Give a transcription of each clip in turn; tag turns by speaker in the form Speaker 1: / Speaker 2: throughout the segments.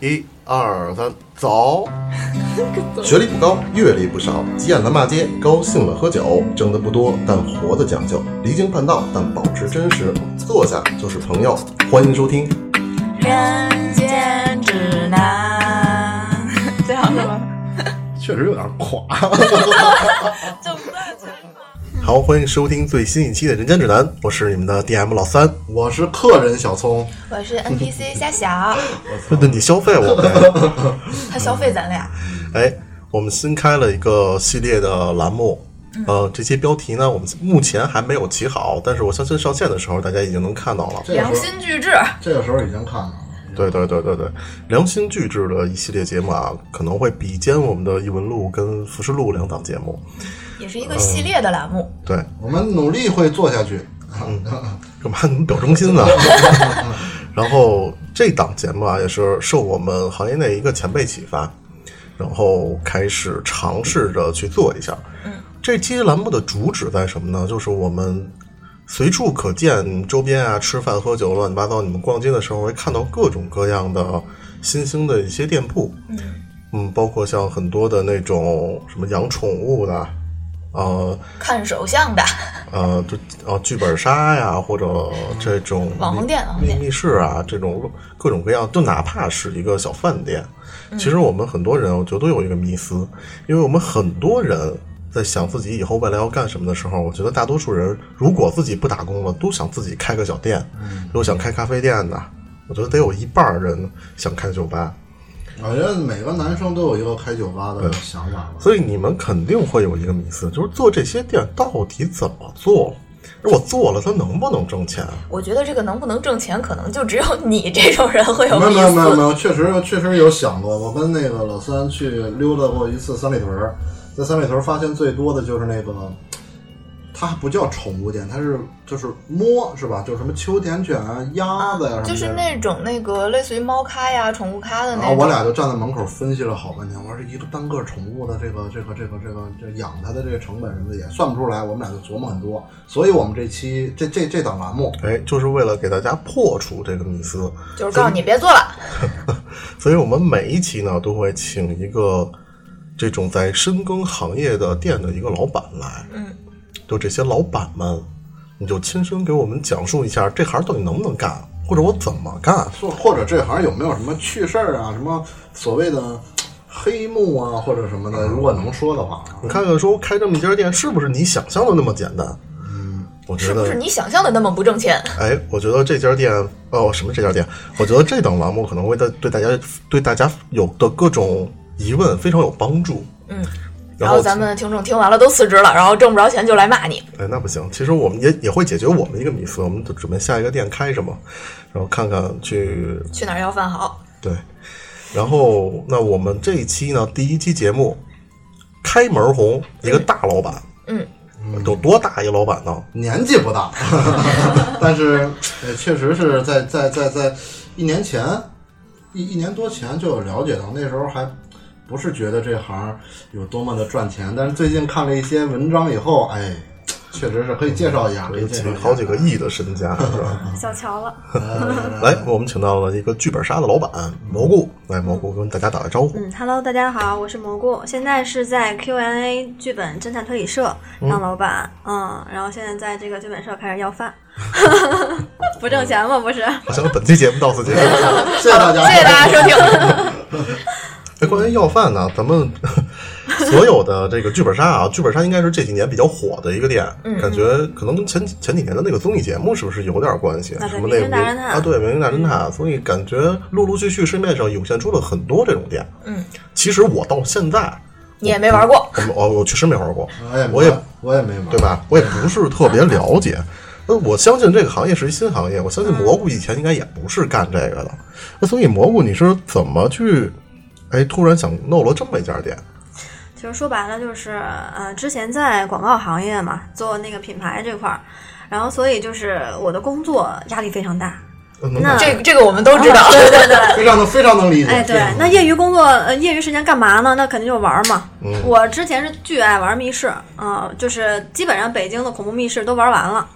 Speaker 1: 一二三，走！
Speaker 2: 学历不高，阅历不少，急眼了骂街，高兴了喝酒，挣得不多，但活得讲究，离经叛道，但保持真实，坐下就是朋友。欢迎收听，
Speaker 3: 人间指南，这样是吗？
Speaker 1: 确实有点垮。
Speaker 3: 正在全吗？
Speaker 2: 好，欢迎收听最新一期的《人间指南》，我是你们的 DM 老三。
Speaker 1: 我是客人小聪，
Speaker 3: 我是 NPC 夏小，
Speaker 2: 真的，你消费我呗？
Speaker 3: 他消费咱俩，
Speaker 2: 哎，我们新开了一个系列的栏目，呃，这些标题呢，我们目前还没有起好，但是我相信上线的时候大家已经能看到了。
Speaker 1: 这个时
Speaker 3: 良
Speaker 1: 候
Speaker 3: 心巨制，
Speaker 1: 这个时候已经看到了。
Speaker 2: 对对对对对，良心巨制的一系列节目啊，可能会比肩我们的《异闻录》跟《浮世录》两档节目。
Speaker 3: 也是一个系列的栏目。
Speaker 2: 对，
Speaker 1: 我们努力会做下去。
Speaker 2: 干嘛你们表忠心呢？啊 然后这档节目啊，也是受我们行业内一个前辈启发，然后开始尝试着去做一下。这期栏目的主旨在什么呢？就是我们随处可见，周边啊，吃饭喝酒乱七八糟，你们逛街的时候会看到各种各样的新兴的一些店铺，嗯包括像很多的那种什么养宠物的，呃
Speaker 3: 看手相的
Speaker 2: 呃，就呃剧本杀呀，或者这种
Speaker 3: 网红店网红
Speaker 2: 密
Speaker 3: 店
Speaker 2: 密室啊，这种各种各样，就哪怕是一个小饭店，
Speaker 3: 嗯
Speaker 2: 其实我们很多人，我觉得都有一个迷思，因为我们很多人在想自己以后未来要干什么的时候，我觉得大多数人如果自己不打工了，都想自己开个小店，有想开咖啡店的，我觉得得有一半儿人想开酒吧，
Speaker 1: 我觉得每个男生都有一个开酒吧的想法 吧。
Speaker 2: 所以你们肯定会有一个迷思，就是做这些店到底怎么做？我做了，它能不能挣钱？啊
Speaker 3: 我觉得这个能不能挣钱，可能就只有你这种人会有
Speaker 1: 没有
Speaker 3: 意
Speaker 1: 没有没有没
Speaker 3: 思。
Speaker 1: 有，确实确实有想过。我跟那个老三去溜达过一次三里屯儿，在三里屯儿发现最多的就是那个，它还不叫宠物店，它是就是摸是吧？就是什么秋田犬、啊、鸭子呀、什么的。
Speaker 3: 就是那种那个类似于猫咖呀、宠物咖的
Speaker 1: 然
Speaker 3: 那
Speaker 1: 后
Speaker 3: 种，
Speaker 1: 啊我俩就站在门口分析了好半天，我说一个单个宠物的这个这个这个这个这养它的这个成本什么的也算不出来，我们俩就琢磨很多，所以我们这期这这这档栏目
Speaker 2: 哎，就是为了给大家破除这个迷思，
Speaker 3: 就是告诉你别做了。
Speaker 2: 所以我们每一期呢都会请一个这种在深耕行业的店的一个老板来，
Speaker 3: 嗯，
Speaker 2: 就这些老板们，你就亲身给我们讲述一下这行到底能不能干，或者我怎么干。
Speaker 1: 或或者这行有没有什么趣事儿啊，什么所谓的黑幕啊或者什么的，如果能说的话啊，
Speaker 2: 你看看，说开这么一家店是不是你想象的那么简单？嗯，我觉
Speaker 3: 是
Speaker 2: 得
Speaker 3: 不是你想象的那么不挣钱？
Speaker 2: 哎，我觉得这家店哦，什么这家店？我觉得这档栏目可能会对对大家对大家有的各种疑问非常有帮助。
Speaker 3: 嗯，
Speaker 2: 然
Speaker 3: 然
Speaker 2: 后
Speaker 3: 后咱们听众听完了都辞职了，然后挣不着钱就来骂你。
Speaker 2: 哎，那不行，其实我们也也会解决我们一个迷思，我们就准备下一个店开什么，然后看看去
Speaker 3: 去哪儿要饭好？
Speaker 2: 对，然后那我们这一期呢，第一期节目开门红一个大老板，
Speaker 3: 嗯，
Speaker 2: 有多大一个老板呢？
Speaker 1: 年纪不大， 但是呃确实是在在在在一年前一一年多前就有了解到，那时候还不是觉得这行有多么的赚钱，但是最近看了一些文章以后，哎，确实是可以介绍一下，可以
Speaker 2: 有
Speaker 1: 介
Speaker 2: 几
Speaker 1: 绍一下呃
Speaker 2: 好几个嗯亿的身家，是吧？
Speaker 4: 小乔了，
Speaker 2: 来，我们请到了一个剧本杀的老板蘑菇，来，蘑菇跟大家打个招呼。
Speaker 4: 嗯，Hello，大家好，我是蘑菇，现在是在 Q&A 剧本侦探推理社当老板，嗯然后现在在这个剧本社开始要 饭，不挣钱吗？不是，
Speaker 2: 好像本期节目到此结束。
Speaker 1: 谢谢大家，
Speaker 3: 谢谢 大家收听。
Speaker 2: 哎，关于要饭呢，咱们 所有的这个剧本杀啊，剧本杀应该是这几年比较火的一个店，感觉可能跟前前几年的那个综艺节目是不是有点关系？
Speaker 4: 啊对
Speaker 2: 什么那个
Speaker 4: 名侦探
Speaker 2: 啊，对，明星大侦探，所以感觉陆陆续续市面上涌现出了很多这种店。
Speaker 3: 嗯，
Speaker 2: 其实我到现在，
Speaker 3: 你也没玩过，
Speaker 2: 我我我确实没玩过，
Speaker 1: 我也没
Speaker 2: 我也
Speaker 1: 我也没玩，
Speaker 2: 对？吧？我也不是特别了解。那我相信这个行业是一新行业，我相信蘑菇以前应该也不是干这个的。那所以蘑菇你是怎么去，哎，突然想弄了这么一家店？
Speaker 4: 其实说白了就是，呃，之前在广告行业嘛，做那个品牌这块儿，然后所以就是我的工作压力非常大，
Speaker 2: 嗯能
Speaker 4: 那
Speaker 3: 这个这个我们都知道。
Speaker 4: 对对对，
Speaker 1: 非常能非常能理解。
Speaker 4: 哎，对，那业余工作，呃，业余时间干嘛呢？那肯定就玩儿嘛。
Speaker 2: 嗯
Speaker 4: 我之前是巨爱玩密室，啊、就是基本上北京的恐怖密室都玩完了，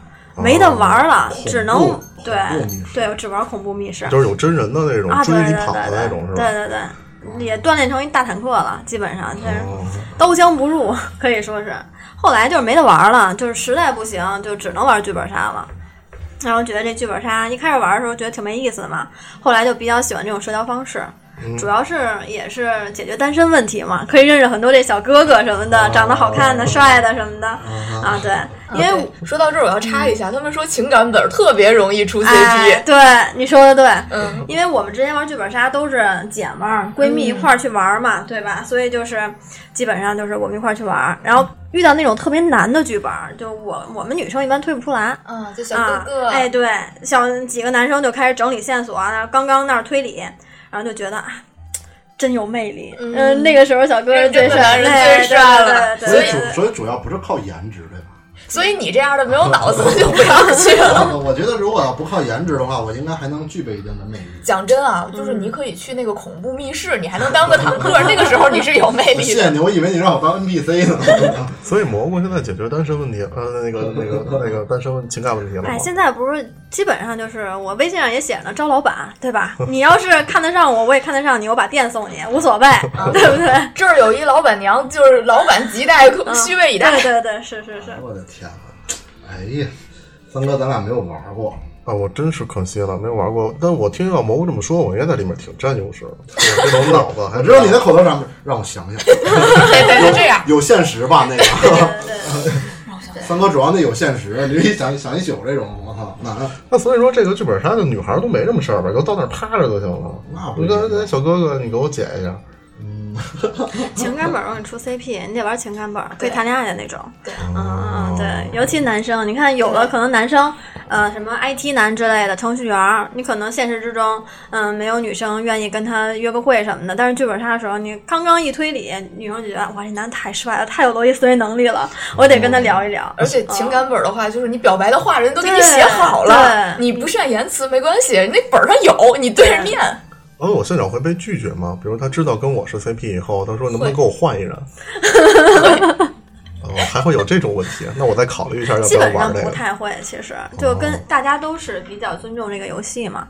Speaker 4: 没得玩儿了，
Speaker 2: 恐怖
Speaker 4: 只能对
Speaker 1: 啊恐怖密室，
Speaker 4: 对，我只玩恐怖密室
Speaker 2: 就是有真人的那种
Speaker 4: 啊，
Speaker 2: 追
Speaker 4: 对对
Speaker 2: 你
Speaker 4: 对
Speaker 2: 跑的那种，
Speaker 4: 对
Speaker 2: 是吧？
Speaker 4: 对对对，也锻炼成一大坦克了，基本上就是
Speaker 2: 哦，
Speaker 4: 刀枪不入，可以说是。后来就是没得玩了，就是实在不行，就只能玩剧本杀了。然后觉得这剧本杀一开始玩的时候觉得挺没意思的嘛，后来就比较喜欢这种社交方式，
Speaker 2: 嗯
Speaker 4: 主要是也是解决单身问题嘛，可以认识很多这小哥哥什么
Speaker 2: 哦
Speaker 4: 的，长得好看的、帅的什么的啊，对，因为
Speaker 3: 对说到这儿，我要插一下，他们说情感本儿特别容易出 CP，、
Speaker 4: 哎，对你说的对，
Speaker 3: 嗯，
Speaker 4: 因为我们之前玩剧本杀都是姐们儿、闺蜜一块儿去玩
Speaker 3: 嗯
Speaker 4: 嘛，对吧？所以就是基本上就是我们一块儿去玩，然后遇到那种特别难的剧本，就我我们女生一般推不出来。
Speaker 3: 啊，就小哥
Speaker 4: 啊
Speaker 3: 哥，，
Speaker 4: 哎，对，像几个男生就开始整理线索，然后刚刚那儿推理，然后就觉得啊，真有魅力。
Speaker 3: 嗯
Speaker 4: 嗯，那个时候小哥是最
Speaker 3: 这
Speaker 4: 帅
Speaker 3: 个男人
Speaker 4: 哎
Speaker 3: 最
Speaker 4: 对
Speaker 3: 帅了
Speaker 4: 对对
Speaker 1: 所
Speaker 4: 对
Speaker 1: 以
Speaker 4: 对
Speaker 1: 主所以主要不是靠颜值对吧？
Speaker 3: 所以你这样的没有脑子就不要去 了。
Speaker 1: 我觉得如果要不靠颜值的话，我应该还能具备一定的魅力。
Speaker 3: 讲真啊，就是你可以去那个恐怖密室，你还能当个坦 克，那个时候你是有
Speaker 4: 哎
Speaker 3: 魅
Speaker 1: 谢
Speaker 3: 力
Speaker 1: 谢
Speaker 3: 的。
Speaker 1: 你，我以为你让我当 NPC 呢。
Speaker 2: 所以蘑菇现在解决单身问题，呃，那个那个那个单身问情感问题了吗
Speaker 4: 哎，？现在不是基本上就是我微信上也写着呢，招老板，对吧？你要是看得上我，我也看得上你，我把店送你，无所谓，对不对？
Speaker 3: 啊这儿有一老板娘，就是老板亟待虚位以
Speaker 4: 嗯对
Speaker 3: 待。
Speaker 4: 对对，是是是
Speaker 1: 哎，我的天呐，哎呀，三哥，咱俩没有玩过。
Speaker 2: 啊，我真是可惜了，没玩过。但我听到蘑菇这么说，我应该在里面挺占优势的。我这种脑子还
Speaker 1: 我
Speaker 2: 是
Speaker 1: 知道你的口头禅，让我想想，
Speaker 3: 对 对对，这样。
Speaker 1: 有现实吧？那
Speaker 4: 对
Speaker 1: 个
Speaker 4: 对
Speaker 1: 三哥主要那有现实，你一想想一宿这种，我操，难啊！
Speaker 2: 那所以说，这个剧本杀就女孩都没什么事儿吧，就到那儿趴着就行了。
Speaker 1: 那不
Speaker 2: 你
Speaker 1: 行
Speaker 4: 啊
Speaker 2: 跟那小哥哥，你给我解一下。
Speaker 4: 对，情感本容易出 CP，你得玩情感本，可以
Speaker 3: 对
Speaker 4: 谈恋爱的那种。
Speaker 3: 对
Speaker 4: 嗯嗯嗯，对，尤其男生，你看有的可能男生，呃，什么 IT 男之类的程序员儿，你可能现实之中，嗯、没有女生愿意跟他约个会什么的，但是剧本杀的时候，你刚刚一推理，女生觉得哇，这男的太帅了，太有逻辑思维能力了，我得跟他聊一聊。
Speaker 3: 而且情感本的话，就是你表白的话，人都给你写好了，
Speaker 4: 对
Speaker 3: 你不善言辞没关系，那本上有，你对着念。
Speaker 2: 而哦我现场会被拒绝吗？比如他知道跟我是 CP 以后，他说能不能
Speaker 3: 会
Speaker 2: 给我换一 人？哦，还会有这种问题？啊那我再考虑一下要不
Speaker 4: 基
Speaker 2: 要
Speaker 4: 本上
Speaker 2: 玩这
Speaker 4: 不
Speaker 2: 个。哦
Speaker 4: 太会，其实就跟大家都是比较尊重这个游戏嘛，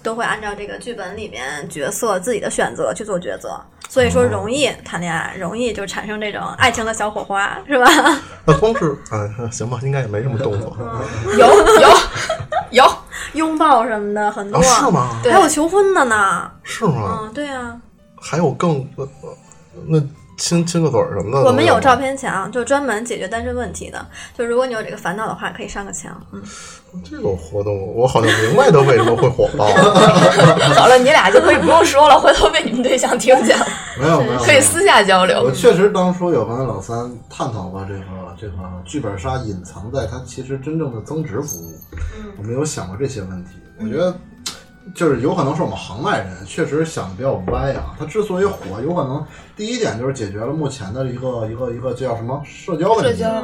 Speaker 4: 都会按照这个剧本里面角色自己的选择去做抉择，所以
Speaker 2: 哦
Speaker 4: 说容易谈恋爱，容易就产生这种爱情的小火花，是吧？
Speaker 2: 那光是哎，行吧，应该也没什么动
Speaker 4: 嗯
Speaker 2: 作。啊
Speaker 3: 有 有有，
Speaker 4: 拥抱什么的很多，
Speaker 2: 啊，是吗？
Speaker 3: 对
Speaker 4: 还有求婚的呢，
Speaker 2: 是吗？
Speaker 4: 嗯，对啊，
Speaker 2: 还有更呃呃那亲亲个嘴儿什么的，
Speaker 4: 我们有
Speaker 2: 吗
Speaker 4: 照。片墙，就专门解决单身问题的，就如果你有这个烦恼的话，可以上个墙，嗯，
Speaker 2: 这种活动，我好像明白他为什么会火爆了。
Speaker 3: 好了，你俩就可以不用说了，回头被你们对象听见了，
Speaker 1: 没有没有，
Speaker 3: 可以私下交流
Speaker 1: 我。确实当初有跟老三探讨过这个这个剧本杀隐藏在它其实真正的增值服务，我们有想过这些问题。我觉得就是有可能是我们行外人确实想的比较歪啊。它之所以火，有可能第一点就是解决了目前的一个一个一个叫什么社交问题，
Speaker 3: 社交，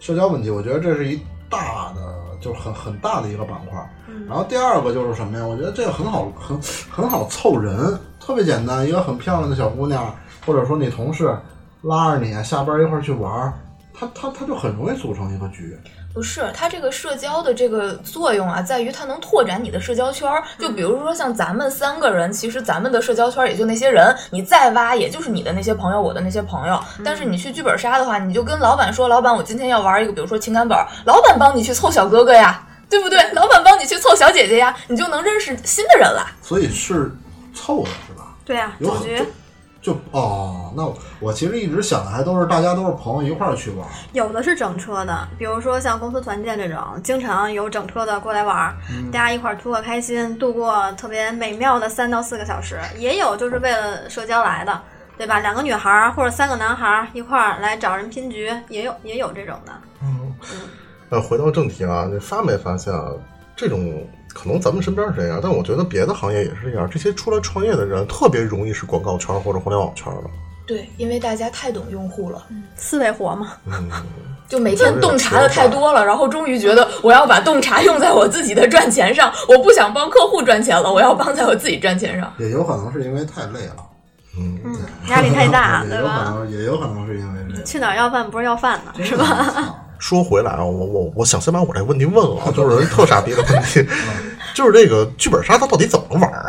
Speaker 1: 社交问题，我觉得这是一大的，就是很很大的一个板块。然后第二个就是什么呀？我觉得这个很好，很很好凑人，特别简单。一个很漂亮的小姑娘，或者说你同事拉着你下班一块儿去玩儿，她她她就很容易组成一个局。
Speaker 3: 不是，它这个社交的这个作用啊，在于它能拓展你的社交圈儿。就比如说像咱们三个人，其实咱们的社交圈儿也就那些人，你再挖也就是你的那些朋友，我的那些朋友。但是你去剧本杀的话，你就跟老板说，老板，我今天要玩一个，比如说情感本儿，老板帮你去凑小哥哥呀，对不对？老板帮你去凑小姐姐呀，你就能认识新的人了。
Speaker 1: 所以是凑的是吧？
Speaker 4: 对啊，
Speaker 1: 有
Speaker 4: 酒
Speaker 1: 很
Speaker 4: 局
Speaker 1: 多。就哦，那我我其实一直想的还都是大家都是朋友一块儿去玩儿，
Speaker 4: 有的是整车的，比如说像公司团建这种，经常有整车的过来玩儿，
Speaker 1: 嗯
Speaker 4: 大家一块儿图个开心，度过特别美妙的三到四个小时。也有就是为了社交来的，对吧？两个女孩儿或者三个男孩儿一块儿来找人拼局，也有也有这种的。
Speaker 2: 呃，回到正题啊，你发没发现啊？这种可能咱们身边是这样，但我觉得别的行业也是这样。这些出来创业的人特别容易是广告圈或者互联网圈的。
Speaker 3: 对，因为大家太懂用户了，
Speaker 4: 思维活嘛，
Speaker 3: 就每天洞察的太多了，然后终于觉得我要把洞察用在我自己的赚钱上，我不想帮客户赚钱了，我要帮在我自己赚钱上。
Speaker 1: 也有可能是因为太累了，
Speaker 4: 嗯，压力太 大，
Speaker 1: 也
Speaker 4: 对
Speaker 1: 有可
Speaker 4: 吧？
Speaker 1: 能也有可能是因为这个。
Speaker 4: 去哪儿要饭不是要饭呢，是吧？
Speaker 1: 吧？ 嗯
Speaker 2: 说回来啊，我我我想先把我这问题问了啊，就是人特傻逼的问题。就是这个剧本杀，它到底怎么玩啊？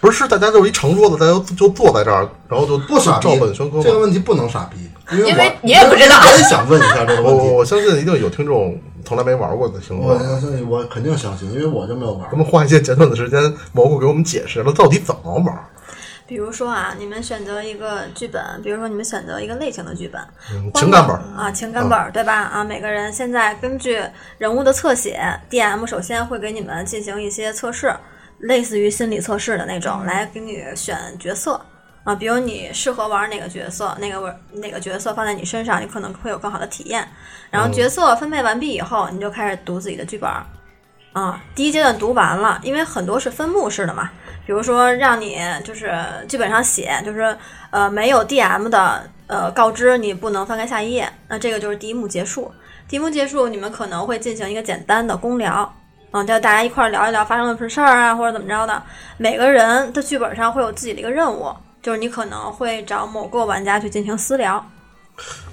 Speaker 2: 不是，是大家就是一长桌子，大家就就坐在这儿，然后就
Speaker 1: 不傻逼
Speaker 2: 照本宣科，
Speaker 1: 这个
Speaker 2: 嘛。
Speaker 1: 问题不能傻逼，因
Speaker 3: 因
Speaker 1: 为
Speaker 3: 为
Speaker 1: 我
Speaker 3: 你也不知道
Speaker 1: 我也想问一下这个
Speaker 2: 我
Speaker 1: 问题嗯
Speaker 2: 我， 我相信一定有听众从来没玩过的听
Speaker 1: 我
Speaker 2: 众，
Speaker 1: 相信我肯定相信，因为我就没有玩
Speaker 2: 咱
Speaker 1: 过。
Speaker 2: 们花一些简短的时间，蘑菇给我们解释了到底怎么玩。
Speaker 4: 比如说啊，你们选择一个剧本，比如说你们选择一个类型的剧本，
Speaker 2: 嗯情感本儿
Speaker 4: 啊，情感本儿对吧？啊，每个人现在根据人物的侧写，DM 首先会给你们进行一些测试，类似于心理测试的那
Speaker 2: 嗯
Speaker 4: 种，来给你选角色啊，比如你适合玩哪个角色，那个玩哪个角色放在你身上，你可能会有更好的体验。然
Speaker 2: 嗯
Speaker 4: 后角色分配完毕以后，你就开始读自己的剧本儿。啊，第一阶段读完了，因为很多是分幕式的嘛，比如说让你就是剧本上写，就是呃没有 DM 的呃告知你不能翻开下一页，那这个就是第一幕结束。第一幕结束，你们可能会进行一个简单的公聊，啊，就大家一块儿聊一聊发生了什么事儿啊，或者怎么着的。每个人的剧本上会有自己的一个任务，就是你可能会找某个玩家去进行私聊，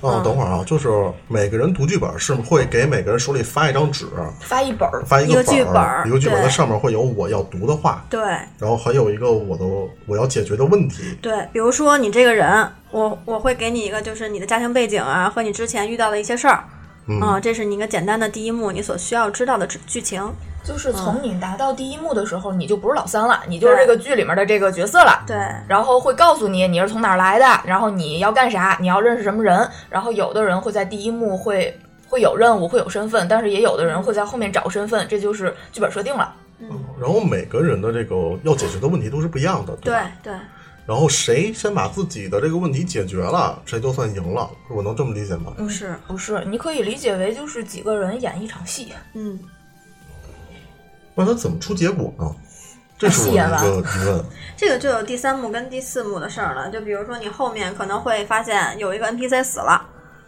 Speaker 2: 哦
Speaker 4: 嗯，
Speaker 2: 等会儿啊，就是每个人读剧本是会给每个人手里发一张纸，啊
Speaker 3: 发一本儿，
Speaker 2: 发
Speaker 4: 一个
Speaker 2: 个
Speaker 4: 剧
Speaker 2: 本
Speaker 4: 本儿
Speaker 2: 儿，一个剧本儿，
Speaker 4: 对
Speaker 2: 它上面会有我要读的话，
Speaker 4: 对。
Speaker 2: 然后还有一个我的我要解决的问题。
Speaker 4: 对，比如说你这个人，我我会给你一个就是你的家庭背景啊和你之前遇到的一些事儿，
Speaker 2: 嗯
Speaker 4: 啊，这是你一个简单的第一幕你所需要知道的剧剧情。
Speaker 3: 就是从你达到第一幕的时候，你就不是老三了，你就是这个剧里面的这个角色了。
Speaker 4: 对，
Speaker 3: 然后会告诉你你是从哪儿来的，然后你要干啥，你要认识什么人。然后有的人会在第一幕会会有任务，会有身份，但是也有的人会在后面找身份，这就是剧本设定了。
Speaker 2: 然后每个人的这个要解决的问题都是不一样的，
Speaker 4: 对
Speaker 2: 吧？
Speaker 4: 对
Speaker 2: 然后谁先把自己的这个问题解决了，谁就算赢了。我能这么理解吗？
Speaker 3: 嗯
Speaker 4: 是，
Speaker 3: 不是，你可以理解为就是几个人演一场戏，
Speaker 4: 嗯，
Speaker 2: 那他怎么出结果呢？这是我
Speaker 3: 戏演完
Speaker 2: 的一个疑问。
Speaker 4: 这个就有第三幕跟第四幕的事儿了。就比如说你后面可能会发现有一个 NPC 死了，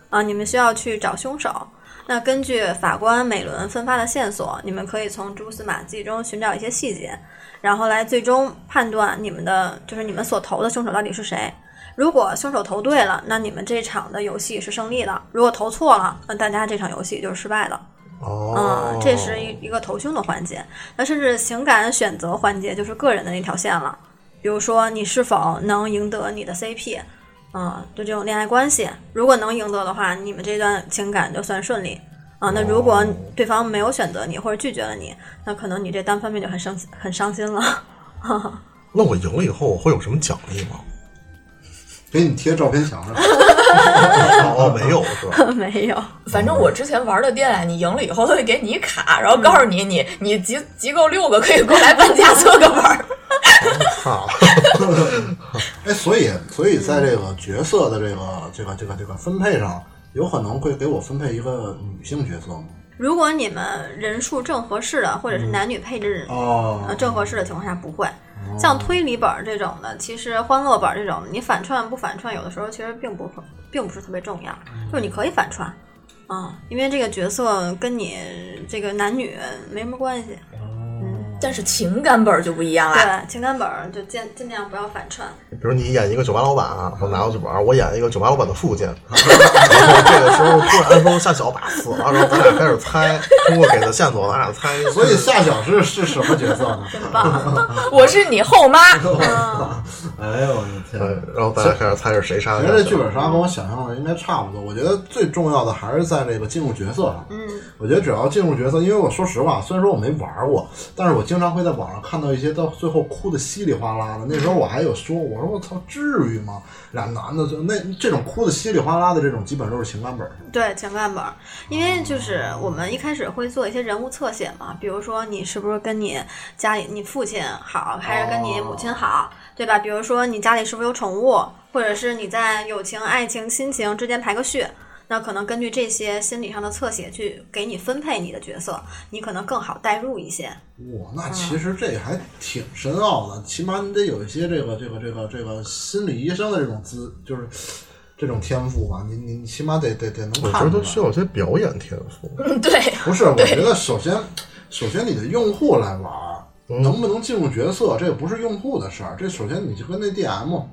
Speaker 4: 啊，你们需要去找凶手。那根据法官每轮分发的线索，你们可以从蛛丝马迹中寻找一些细节，然后来最终判断你们的就是你们所投的凶手到底是谁。如果凶手投对了，那你们这场的游戏是胜利的；如果投错了，那大家这场游戏就是失败的。
Speaker 2: 哦
Speaker 4: 嗯，，这是一一个投凶的环节，那甚至情感选择环节就是个人的那条线了，比如说你是否能赢得你的 CP，嗯，就这种恋爱关系，如果能赢得的话，你们这段情感就算顺利啊。那如果
Speaker 2: 哦
Speaker 4: 对方没有选择你或者拒绝了你，那可能你这单方面就很伤心很伤心了。
Speaker 2: 那我赢了以后我会有什么奖励吗？
Speaker 1: 给你贴照片墙上，
Speaker 2: 哦，没有是吧？
Speaker 4: 没有，
Speaker 3: 反正我之前玩的店啊，你赢了以后，他会给你一卡，然后告诉你你你集集够六个可以过来搬家做个本儿。
Speaker 2: 操！
Speaker 1: 哎，所以所以在这个角色的这个这个这个这个分配上，有可能会给我分配一个女性角色吗？
Speaker 4: 如果你们人数正合适的，或者
Speaker 2: 嗯
Speaker 4: 是男女配置呃
Speaker 1: 哦，
Speaker 4: 正合适的情况下不会。像推理本儿这种的，其实欢乐本儿这种，你反串不反串，有的时候其实并不会，并不是特别重要，就是你可以反串，啊，因为这个角色跟你这个男女没什么关系。
Speaker 3: 但是情感本儿就不一样啦，
Speaker 4: 对，情感本儿就尽尽量不要反串。
Speaker 2: 比如你演一个酒吧老板啊，我拿过去玩儿，我演一个酒吧老板的父 亲，然后这个时候突然说夏小把死了，然后咱俩开始猜，通过给的线索咱俩猜，
Speaker 1: 所以夏小是是什么角色呢？
Speaker 4: 棒，
Speaker 3: 我是你后妈。
Speaker 4: 嗯
Speaker 1: 哎呦我的天！
Speaker 2: 对，然后咱俩开始猜是谁杀
Speaker 1: 其
Speaker 2: 的。
Speaker 1: 实这剧本杀跟我想象的应该差不多，我觉得最重要的还是在这个进入角色上。
Speaker 4: 嗯，
Speaker 1: 我觉得只要进入角色，因为我说实话，虽然说我没玩过，但是我经常会在网上看到一些到最后哭的稀里哗啦的。那时候我还有说，我说我操，至于吗？俩男的就那这种哭的稀里哗啦的这种，基本都是情感本儿。
Speaker 4: 对，情感本儿，因为就是我们一开始会做一些人物侧写嘛，比如说你是不是跟你家里你父亲好，还是跟你母亲好，对吧？比如说你家里是不是有宠物，或者是你在友情、爱情、亲情之间排个序。那可能根据这些心理上的侧写去给你分配你的角色，你可能更好代入一些。
Speaker 1: 哇，那其实这还挺深奥的，起码你得有一些这个这个这个这个心理医生的这种资，就是这种天赋吧。你你你起码得得得能
Speaker 2: 我
Speaker 1: 看
Speaker 2: 觉
Speaker 1: 出来。
Speaker 2: 得都需要一些表演天赋。
Speaker 3: 嗯，对，
Speaker 1: 不是，我觉得首先，首先你的用户来玩儿，能不能进入角色，这也不是用户的事儿。这首先你就跟那 DM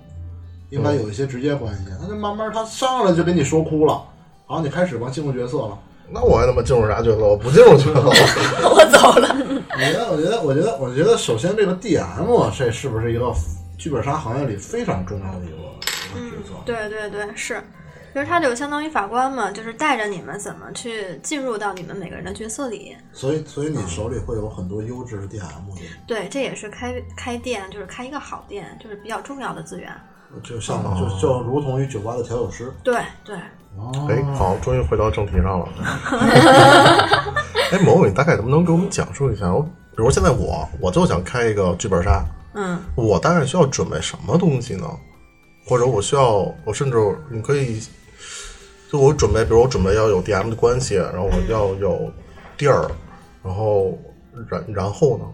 Speaker 1: 应该有一些直接关系。他就慢慢他上来就给你说哭了，然后你开始吧进入角色了，
Speaker 2: 那我还他妈进入啥群了？我不进入群了。
Speaker 3: 我走了。
Speaker 1: 我觉得，我觉得，我觉得，我觉得，首先这个 DM 这是不是一个剧本杀行业里非常重要的一个角色？
Speaker 4: 嗯对对对，是，就是他就相当于法官嘛，就是带着你们怎么去进入到你们每个人的角色里。
Speaker 1: 所以，所以你手里会有很多优质的 DM，
Speaker 4: 对，这也是开开店，就是开一个好店，就是比较重要的资源。
Speaker 1: 就就像就就如同于酒吧的调酒师。
Speaker 4: 对对，
Speaker 2: 哎，好，终于回到正题上 了。哎，某某，你大概能不能给我们讲述一下？我比如现在我，我就想开一个剧本杀，
Speaker 4: 嗯，
Speaker 2: 我大概需要准备什么东西呢？或者我需要，我甚至你可以，就我准备，比如我准备要有 DM 的关系，然后我要有地儿，然后然然后呢？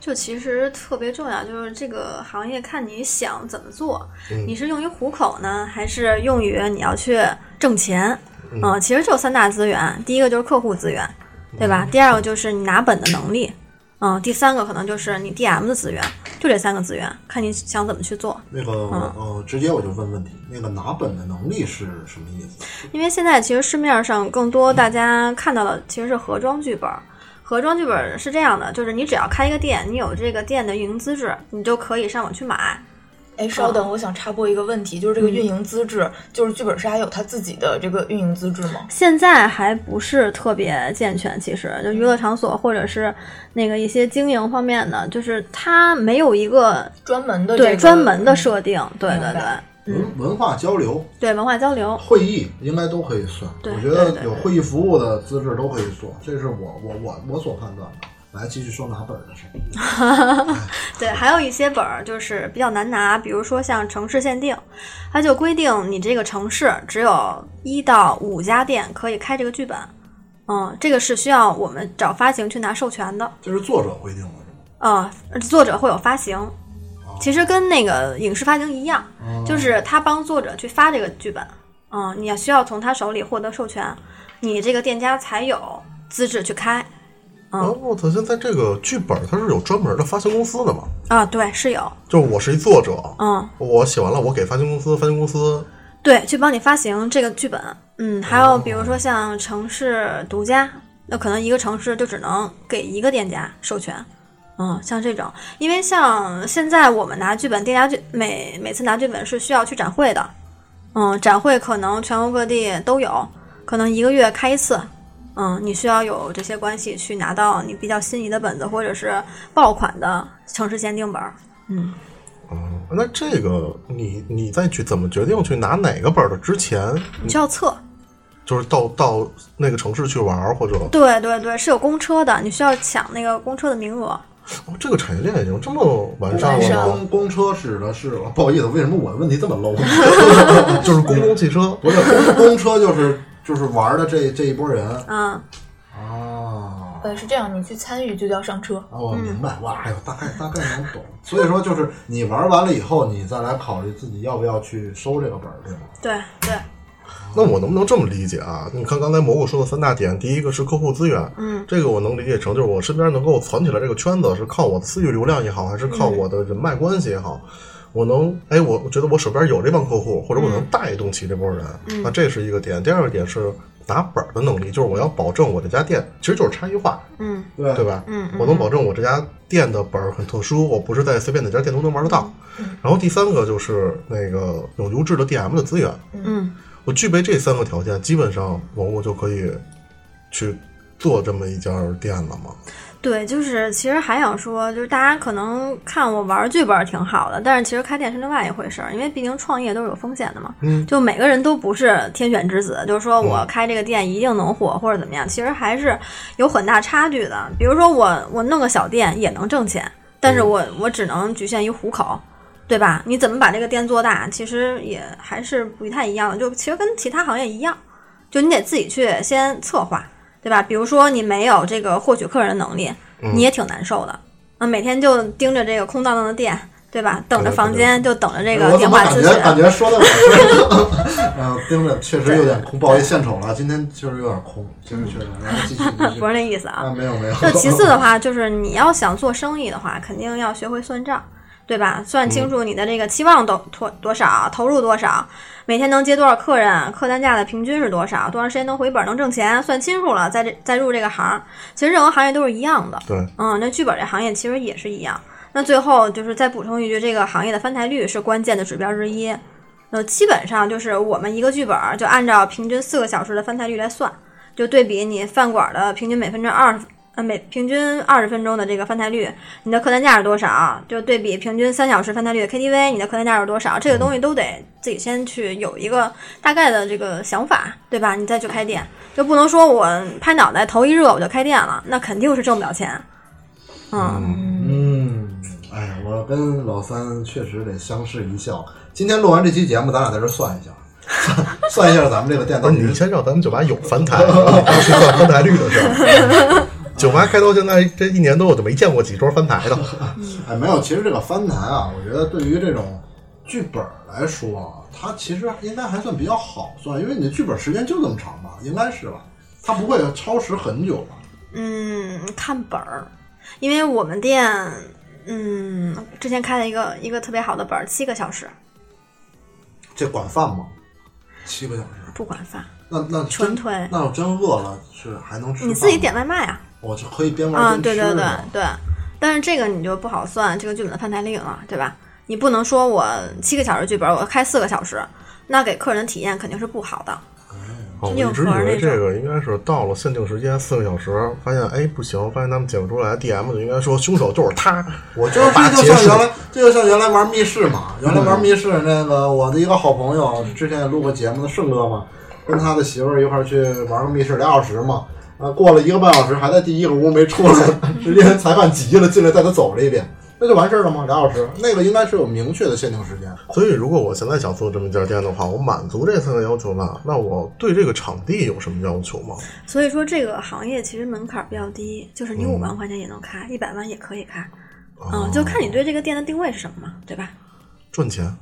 Speaker 4: 就其实特别重要，就是这个行业看你想怎么做，你是用于糊口呢，还是用于你要去挣钱？嗯、其实就三大资源，第一个就是客户资源，对吧？第二个就是你拿本的能力，嗯，第三个可能就是你 DM 的资源，就这三个资源，看你想怎么去做。
Speaker 1: 那个，呃，直接我就问问题，那个拿本的能力是什么意思？
Speaker 4: 因为现在其实市面上更多大家看到的其实是盒装剧本儿。盒装剧本是这样的，就是你只要开一个店，你有这个店的运营资质，你就可以上网去买。
Speaker 3: 哎，稍等，我想插播一个问题，就是这个运营资质，就是剧本杀有它自己的这个运营资质吗？
Speaker 4: 现在还不是特别健全，其实就娱乐场所或者是那个一些经营方面的，就是它没有一个
Speaker 3: 专门呃的这
Speaker 4: 对
Speaker 3: 个嗯
Speaker 4: 专门的设定，对
Speaker 3: 明
Speaker 4: 对对
Speaker 3: 白
Speaker 1: 文文化交流、
Speaker 4: 对文化交流，
Speaker 1: 会议应该都可以算。
Speaker 4: 对
Speaker 1: 我觉得
Speaker 4: 对对
Speaker 1: 有会议服务的资质都可以做，这是我我我我所判断的。来，继续说拿本的事儿。
Speaker 4: 对，还有一些本儿就是比较难拿，比如说像城市限定，它就规定你这个城市只有一到五家店可以开这个剧本，嗯，这个是需要我们找发行去拿授权的，
Speaker 1: 这是作者规定的，是吗？
Speaker 4: 呃，作者会有发行，其实跟那个影视发行一样，
Speaker 1: 哦
Speaker 4: 就是他帮作者去发这个剧本，嗯、你要需要从他手里获得授权，你这个店家才有资质去开
Speaker 2: 然后我操，现在这个剧本它是有专门的发行公司的嘛？
Speaker 4: 啊，对，是有，
Speaker 2: 就是我是一作者，
Speaker 4: 嗯。
Speaker 2: 我写完了，我给发行公司，发行公司
Speaker 4: 对，去帮你发行这个剧本。嗯，还有比如说像城市独家，那可能一个城市就只能给一个店家授权。嗯，像这种，因为像现在我们拿剧本，店家剧每每次拿剧本是需要去展会的。嗯，展会可能全国各地都有，可能一个月开一次。嗯，你需要有这些关系去拿到你比较心仪的本子，或者是爆款的城市限定本儿。
Speaker 2: 那这个你你在去怎么决定去拿哪个本儿的之前，
Speaker 4: 你需要测，
Speaker 2: 就是到到那个城市去玩儿，或者、
Speaker 4: 对对对，是有公车的，你需要抢那个公车的名额。
Speaker 2: 哦、这个产业链已经这么完善
Speaker 3: 完
Speaker 2: 了
Speaker 1: 呃公公车指的是，哦不好意思，为什么我的问题这么 low？
Speaker 2: 吗？ 就是公共汽车，
Speaker 1: 不是公公车就是就是玩的这这一波人
Speaker 4: 嗯，
Speaker 1: 啊。
Speaker 3: 呃，是这样，你去参与就叫上车。
Speaker 1: 啊，我
Speaker 4: 嗯
Speaker 1: 明白，哇，哎呦，大概大概能懂。所以说，就是你玩完了以后，你再来考虑自己要不要去收这个本儿，对吗？
Speaker 4: 对对，
Speaker 2: 那我能不能这么理解啊？你看刚才蘑菇说的三大点，第一个是客户资源，
Speaker 4: 嗯，
Speaker 2: 这个我能理解成就是我身边能够攒起来这个圈子，是靠我的私域流量也好，还是靠
Speaker 4: 嗯
Speaker 2: 我的人脉关系也好，我能哎，我我觉得我手边有这帮客户，或者我
Speaker 4: 嗯
Speaker 2: 能带动起这波人，那这是一个点。第二个点是拿本儿的能力，就是我要保证我这家店其实就是差异化，
Speaker 4: 嗯
Speaker 1: 对
Speaker 2: 对吧？
Speaker 4: 嗯
Speaker 2: 我能保证我这家店的本儿很特殊，我不是在随便哪家店都能玩得到。
Speaker 4: 嗯
Speaker 2: 然后第三个就是那个有优质的 DM 的资源，
Speaker 4: 嗯，
Speaker 2: 我具备这三个条件，基本上我我就可以去做这么一家店了嘛。
Speaker 4: 对，就是其实还想说，就是大家可能看我玩剧本儿挺好的，但是其实开店是另外一回事儿，因为毕竟创业都是有风险的嘛。
Speaker 2: 嗯，
Speaker 4: 就每个人都不是天选之子，就
Speaker 1: 嗯
Speaker 4: 是说我开这个店一定能火或者怎么样，其实还是有很大差距的。比如说我我弄个小店也能挣钱，但是
Speaker 1: 嗯
Speaker 4: 我我只能局限于糊口。对吧？你怎么把这个店做大，其实也还是不太一样的。就其实跟其他行业一样，就你得自己去先策划，对吧？比如说你没有这个获取客人的能力，
Speaker 1: 嗯
Speaker 4: 你也挺难受的。啊，每天就盯着这个空荡荡的店，对吧？等着房间，就等着这
Speaker 1: 哎
Speaker 4: 个
Speaker 1: 我
Speaker 4: 电
Speaker 1: 怎么
Speaker 4: 话
Speaker 1: 感
Speaker 4: 咨
Speaker 1: 觉感
Speaker 4: 询。
Speaker 1: 觉说的， 嗯，盯着确实有点空，不好意思，献丑了，今天确实有点空，确实确实，然后继续继 续
Speaker 4: 嗯不是那意思啊
Speaker 1: 啊，。没有没有。
Speaker 4: 就其次的话，就是你要想做生意的话，肯定要学会算账。对吧？算清楚你的这个期望多多多少，投入多少，每天能接多少客人，客单价的平均是多少，多长时间能回本能挣钱，算清楚了，再这再入这个行。其实任何行业都是一样的，
Speaker 2: 对，
Speaker 4: 嗯，那剧本这行业其实也是一样。那最后就是再补充一句，这个行业的翻台率是关键的指标之一。呃，基本上就是我们一个剧本儿就按照平均四个小时的翻台率来算，就对比你饭馆的平均每分钟二十呃每平均二十分钟的这个翻台率，你的客单价是多少？就对比平均三小时翻台率的 KTV，你的客单价是多少？这个东西都得自己先去有一个大概的这个想法，对吧？你再去开店，就不能说我拍脑袋头一热我就开店了，那肯定是挣不了钱。嗯，
Speaker 1: 嗯，哎，我跟老三确实得相视一笑。今天录完这期节目，咱俩在这算一下，算算一下咱们这个店
Speaker 2: 不
Speaker 1: 到
Speaker 2: 是
Speaker 1: 底
Speaker 2: 你先让咱们酒吧有翻台，然 后你去算翻台率的事儿。 酒吧开到现在这一年多，我就没见过几桌翻台的。
Speaker 1: 哎，没有，其实这个翻台啊，我觉得对于这种剧本来说啊，它其实应该还算比较好算，因为你的剧本时间就这么长吧，应该是吧，它不会超时很久吧？
Speaker 4: 嗯，看本儿，因为我们店，嗯，之前开了一个一个特别好的本儿，七个小时
Speaker 1: 这管饭吗？七个小时，
Speaker 4: 不管饭，
Speaker 1: 那那真
Speaker 4: 纯推
Speaker 1: 那我真饿了是还能吃饭吗？
Speaker 4: 你自己点外卖啊？
Speaker 1: 我就可以边
Speaker 4: 啊，
Speaker 1: 玩
Speaker 4: 对
Speaker 1: 边吃
Speaker 4: 对
Speaker 1: 是
Speaker 4: 对
Speaker 1: 吗。
Speaker 4: 对，但是这个你就不好算这个剧本的翻台率了，对吧？你不能说我七个小时剧本，我开四个小时，那给客人体验肯定是不好的。
Speaker 2: 哦，我
Speaker 4: 硬
Speaker 2: 一直以
Speaker 4: 核儿
Speaker 2: 为
Speaker 4: 那
Speaker 2: 这
Speaker 4: 种
Speaker 2: 个应该是到了限定时间四个小时，发现哎不行，发现他们解不出来，DM 就应该说凶手就是他。
Speaker 1: 我就是
Speaker 2: 把
Speaker 1: 这就
Speaker 2: 结
Speaker 1: 像
Speaker 2: 束嗯
Speaker 1: 原来，这就像原来玩密室嘛。原来玩密室那个，我的一个好朋友之前也录过节目的顺哥嘛，跟他的媳妇儿一块儿去玩个密室俩小时嘛。啊，过了一个半小时还在第一个屋没出来， 直接裁判急了，进来带他走了一遍，那就完事儿了吗？俩小时，那个应该是有明确的限定时间。
Speaker 2: 所以如果我现在想做这么一家店的话，我满足这三个要求了，那我对这个场地有什么要求吗？
Speaker 4: 所以说这个行业其实门槛比较低，就是你
Speaker 2: 嗯
Speaker 4: 五万块钱也能开，一百万也可以开，
Speaker 1: 哦
Speaker 4: 嗯，就看你对这个店的定位是什么嘛，对吧？
Speaker 2: 赚钱。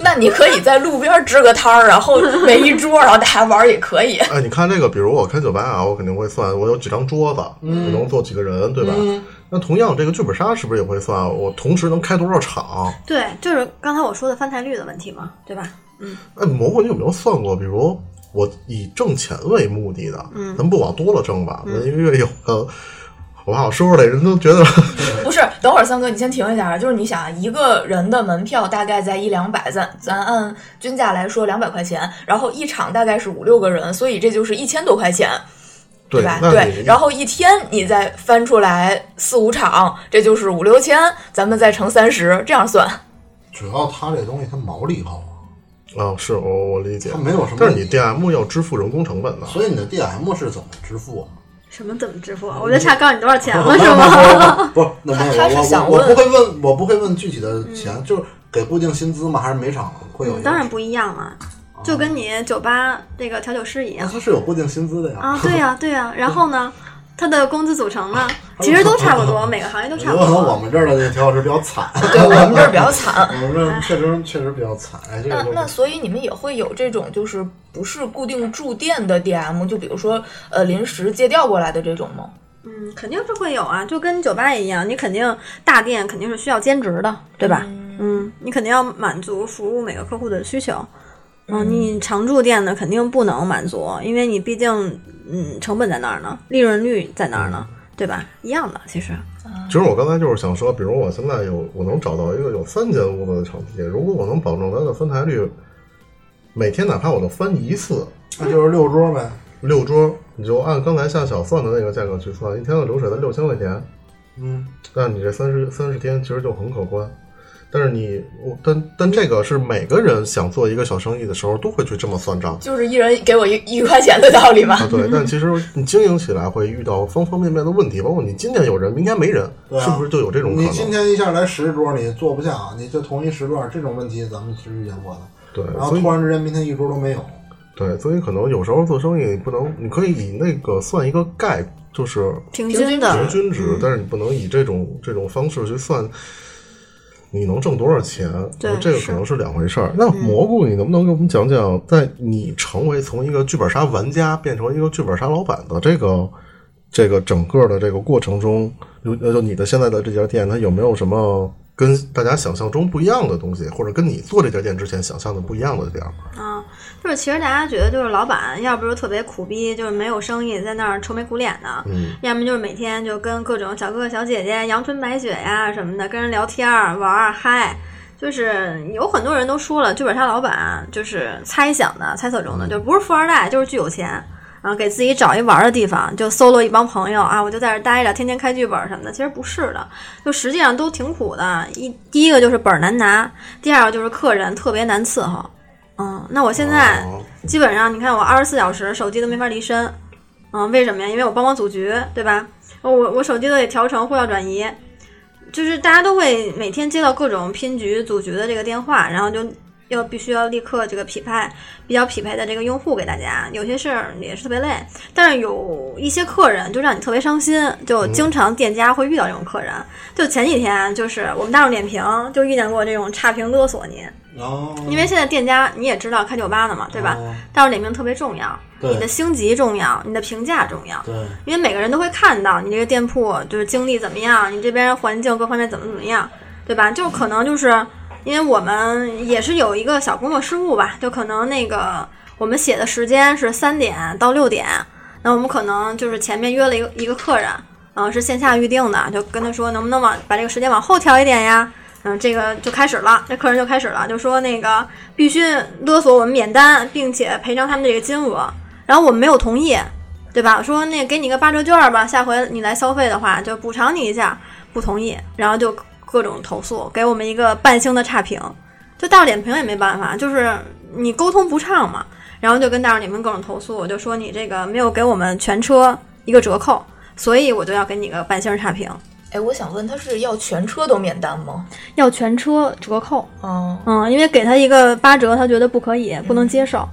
Speaker 3: 那你可以在路边支个摊儿，然后围一桌，然后大家玩儿也可以。
Speaker 2: 哎，你看这个，比如我开酒吧啊，我肯定会算我有几张桌子，
Speaker 3: 嗯
Speaker 2: 我能坐几个人，对吧？那同样，这个剧本杀是不是也会算我同时能开多少场？
Speaker 4: 对，就是刚才我说的翻台率的问题嘛，对吧？
Speaker 2: 哎，蘑菇，你有没有算过？比如我以挣钱为目的的，嗯，咱不往多了挣吧，
Speaker 3: 嗯
Speaker 2: 咱一个月有个，我怕我说出来人都觉 得
Speaker 3: 不是，等会儿三哥，你先停一下啊。就是你想，一个人的门票大概在一两百，咱咱按均价来说两百块钱，然后一场大概是五六个人，所以这就是一千多块钱，
Speaker 2: 对
Speaker 3: 吧？
Speaker 2: 那你
Speaker 3: 对，然后一天你再翻出来四五场，这就是五六千，咱们再乘三十，这样算。
Speaker 1: 主要他这东西他毛利高啊，
Speaker 2: 啊、是我我理解
Speaker 1: 他，没有什么
Speaker 2: 但是你 DM 要支付人工成本的，
Speaker 1: 所以你的 DM 是怎么支付啊？
Speaker 4: 什么怎么支付？啊我就差告诉你多 少钱了，
Speaker 1: 不
Speaker 4: 是吗？
Speaker 1: 不不不，那没有，
Speaker 3: 他他是
Speaker 1: 我
Speaker 3: 想
Speaker 1: 我我
Speaker 3: 问
Speaker 1: 不会问，我不会问具体的钱，就是给固定薪资吗？还是每场会有一个？
Speaker 4: 嗯当然不一样了，
Speaker 1: 哦
Speaker 4: 就跟你酒吧这个调酒师一
Speaker 1: 那
Speaker 4: 样
Speaker 1: 他是有固定薪资的呀。
Speaker 4: 啊， 对呀、对呀、然后呢，它的工资组成呢，其实都差不多，每个行业都差
Speaker 1: 有
Speaker 4: 不
Speaker 1: 可能哎我
Speaker 4: 多。
Speaker 1: 们这儿的这个调酒师比较 惨，
Speaker 3: 对我们这儿比较惨。
Speaker 1: 我们这儿确实确实比较惨。哎，这
Speaker 3: 那
Speaker 1: 个就
Speaker 3: 那所以你们也会有这种就是不是固定驻店的 DM，就比如说呃临时借调过来的这种吗？
Speaker 4: 嗯，肯定是会有啊，就跟酒吧一样，你肯定大店肯定是需要兼职的，对吧？嗯，你肯定要满足服务每个客户的需求。嗯，你常驻店呢肯定不能满足，因为你毕竟嗯成本在那儿呢，利润率在那儿呢，对吧？一样的其实。
Speaker 2: 其实我刚才就是想说，比如我现在有我能找到一个有三间屋子的场地，如果我能保证它的翻台率，每天哪怕我就翻一次
Speaker 1: 那就是六桌呗。
Speaker 2: 六桌，你就按刚才夏小算的那个价格去算，一天的流水在六千块钱，
Speaker 1: 嗯，
Speaker 2: 那你这三十三十天其实就很可观。但是你我但但这个是每个人想做一个小生意的时候都会去这么算账。
Speaker 3: 就是一人给我一一块钱的道理吗？
Speaker 2: 啊，
Speaker 1: 嗯
Speaker 2: 对，但其实你经营起来会遇到方方面面的问题，包括你今天有人，明天没人，
Speaker 1: 对啊
Speaker 2: 是不是就有这种可
Speaker 1: 你今
Speaker 2: 能？
Speaker 1: 天一下来十桌，你坐不下，啊你就同一时段这种问题咱们是遇见过的。
Speaker 2: 对，
Speaker 1: 然
Speaker 2: 所
Speaker 1: 后
Speaker 2: 以
Speaker 1: 突然之间明天一桌都没有，
Speaker 2: 对，所以可能有时候做生意你不能，你可以以那个算一个概，就是
Speaker 4: 平
Speaker 3: 平均
Speaker 4: 均的
Speaker 2: 平均
Speaker 4: 嗯
Speaker 2: 值，但是你不能以这种这种方式去算你能挣多少钱，
Speaker 4: 对
Speaker 2: 这个
Speaker 4: 是
Speaker 2: 可
Speaker 4: 嗯
Speaker 2: 能是两回事儿。那蘑菇，你能不能给我们讲讲，在你成为从一个剧本杀玩家变成一个剧本杀老板的这个这个整个的这个过程中，就就你的现在的这家店，它有没有什么跟大家想象中不一样的东西，或者跟你做这家店之前想象的不一样的地儿？
Speaker 4: 啊，就是其实大家觉得就是老板，要不就特别苦逼，就是没有生意，在那儿愁眉苦脸的；
Speaker 2: 嗯
Speaker 4: 要么就是每天就跟各种小哥哥小姐姐、阳春白雪呀什么的跟人聊天儿玩儿嗨。就是有很多人都说了，剧本杀老板就是猜想的、猜测中的，就不是富二代就是巨有钱，然后给自己找一玩儿的地方，就 solo 一帮朋友啊，我就在这儿待着，天天开剧本什么的。其实不是的，就实际上都挺苦的。一第一个就是本儿难拿，第二个就是客人特别难伺候。嗯，那我现在、
Speaker 2: 哦
Speaker 4: 基本上你看我二十四小时手机都没法离身，嗯，为什么呀？因为我帮忙组局，对吧？我我手机都得调成互调转移，就是大家都会每天接到各种拼局组局的这个电话，然后就要必须要立刻这个匹配比较匹配的这个用户给大家。有些事儿也是特别累，但是有一些客人就让你特别伤心，就经常店家会遇到这种客人。就前几天就是我们大众点评就遇见过这种差评勒索你，
Speaker 1: 哦，
Speaker 4: 因为现在店家你也知道开酒吧的嘛，对吧？
Speaker 1: 哦
Speaker 4: 大众点评特别重要，
Speaker 1: 对
Speaker 4: 你的星级重要，你的评价重要，
Speaker 1: 对，
Speaker 4: 因为每个人都会看到你这个店铺就是经历怎么样，你这边环境各方面怎么怎么样，对吧？就可能就是因为我们也是有一个小工作失误吧，就可能那个我们写的时间是三点到六点，那我们可能就是前面约了一个一个客人，嗯、是线下预定的，就跟他说能不能往把这个时间往后调一点呀。嗯，这个就开始了，这客人就开始了，就说那个必须勒索我们免单，并且赔偿他们这个金额。然后我们没有同意，对吧？我说那给你个八折券儿吧，下回你来消费的话就补偿你一下，不同意，然后就各种投诉，给我们一个半星的差评，就大众点评也没办法，就是你沟通不畅嘛，然后就跟大众点评各种投诉，我就说你这个没有给我们全车一个折扣，所以我就要给你个半星差评，
Speaker 3: 哎，我想问，他是要全车都免单吗？
Speaker 4: 要全车折扣，
Speaker 3: 嗯，
Speaker 4: 嗯，因为给他一个八折，他觉得不可以，不能接受，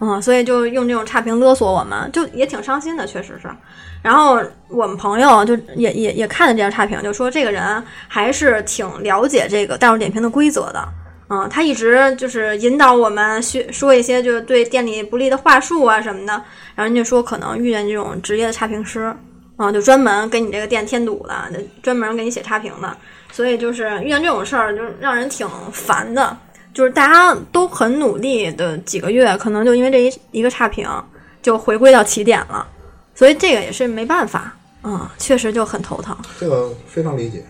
Speaker 4: 嗯，所以就用这种差评勒索我们，就也挺伤心的，确实是。然后我们朋友就也也也看了这条差评，就说这个人还是挺了解这个大众点评的规则的，嗯，他一直就是引导我们学说一些就是对店里不利的话术啊什么的，然后人家说可能遇见这种职业的差评师，啊、就专门给你这个店添堵的，就专门给你写差评的，所以就是遇见这种事儿，就是让人挺烦的。就是大家都很努力的几个月，可能就因为这一一个差评，就回归到起点了，所以这个也是没办法，嗯，确实就很头疼。
Speaker 1: 这个非常理解。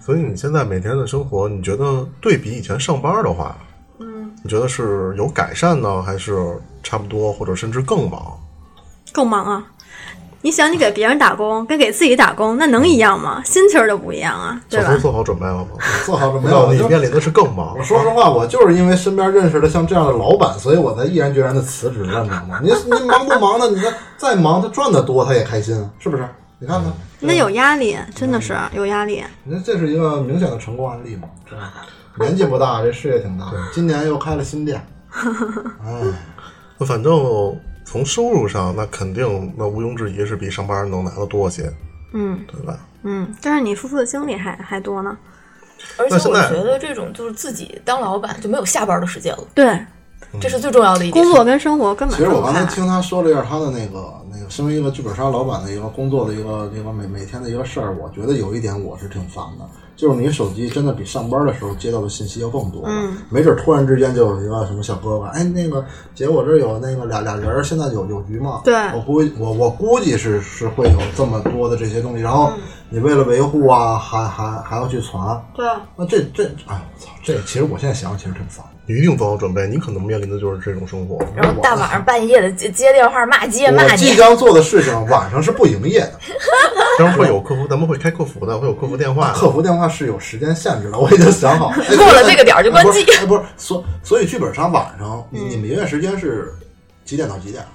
Speaker 2: 所以你现在每天的生活，你觉得对比以前上班的话，嗯，你觉得是有改善呢，还是差不多，或者甚至更忙？
Speaker 4: 更忙啊！你想，你给别人打工跟给自己打工，那能一样吗？心情儿都不一样啊，对
Speaker 2: 小
Speaker 4: 吧
Speaker 2: 偷？做好准备了吗？
Speaker 1: 做好准
Speaker 2: 不
Speaker 1: 备
Speaker 2: 知
Speaker 1: 了，
Speaker 2: 道
Speaker 1: 我
Speaker 2: 你
Speaker 1: 就
Speaker 2: 面临的是更忙
Speaker 1: 我，说实话，我就是因为身边认识了像这样的老板，所以我才毅然决然的辞职了，你知道吗？你你忙不忙呢？你再再忙，他赚的多，他也开心，是不是？你看看，
Speaker 4: 那有压力，真
Speaker 1: 嗯
Speaker 4: 的是有压力。
Speaker 1: 你看这是一个明显的成功案例嘛？对吧年纪不大，这事业挺大。今年又开了新店，嗯，
Speaker 2: 反正从收入上，那肯定那毋庸置疑是比上班能拿的多些，
Speaker 4: 嗯
Speaker 2: 对吧？
Speaker 4: 嗯，但是你付出的精力还还多呢。
Speaker 3: 而
Speaker 2: 那
Speaker 3: 且
Speaker 2: 现
Speaker 3: 我
Speaker 2: 在
Speaker 3: 觉得这种就是自己当老板就没有下班的时间了，
Speaker 4: 对，
Speaker 3: 这是最重要的一点。
Speaker 4: 工作跟生 活根本
Speaker 1: 其实
Speaker 4: 分
Speaker 1: 我
Speaker 4: 不
Speaker 1: 刚才
Speaker 4: 开。
Speaker 1: 听他说了一下他的那个那个，身为一个剧本杀老板的一个工作的一个一个每每天的一个事儿，我觉得有一点我是挺烦的，就是你手机真的比上班的时候接到的信息要更多了，
Speaker 3: 嗯
Speaker 1: 没准突然之间就有一个什么小哥哥，哎，那个姐，我这儿有那个俩俩人儿现在有有局吗？
Speaker 4: 对
Speaker 1: 我估计我我估计是是会有这么多的这些东西，然后
Speaker 3: 嗯
Speaker 1: 你为了维护啊，还还还要去传，
Speaker 4: 对，啊
Speaker 1: 那这这哎，我操，这其实我现在想想其实挺烦的。
Speaker 2: 你一定做好准备，你可能面临的就是这种生活。
Speaker 3: 然后大晚上半夜的接接电话骂街骂
Speaker 1: 我即
Speaker 3: 你，
Speaker 1: 将做的事情晚上是不营业的。
Speaker 2: 当然会有客服，咱们会开客服的，会有客服电话。
Speaker 1: 客服电话是有时间限制的，我已经想好了，哎
Speaker 3: 过了这个点儿就关机。嗯
Speaker 1: 哎不是哎不是，所所以剧本杀晚上，你你们营业时间是几点到几点？啊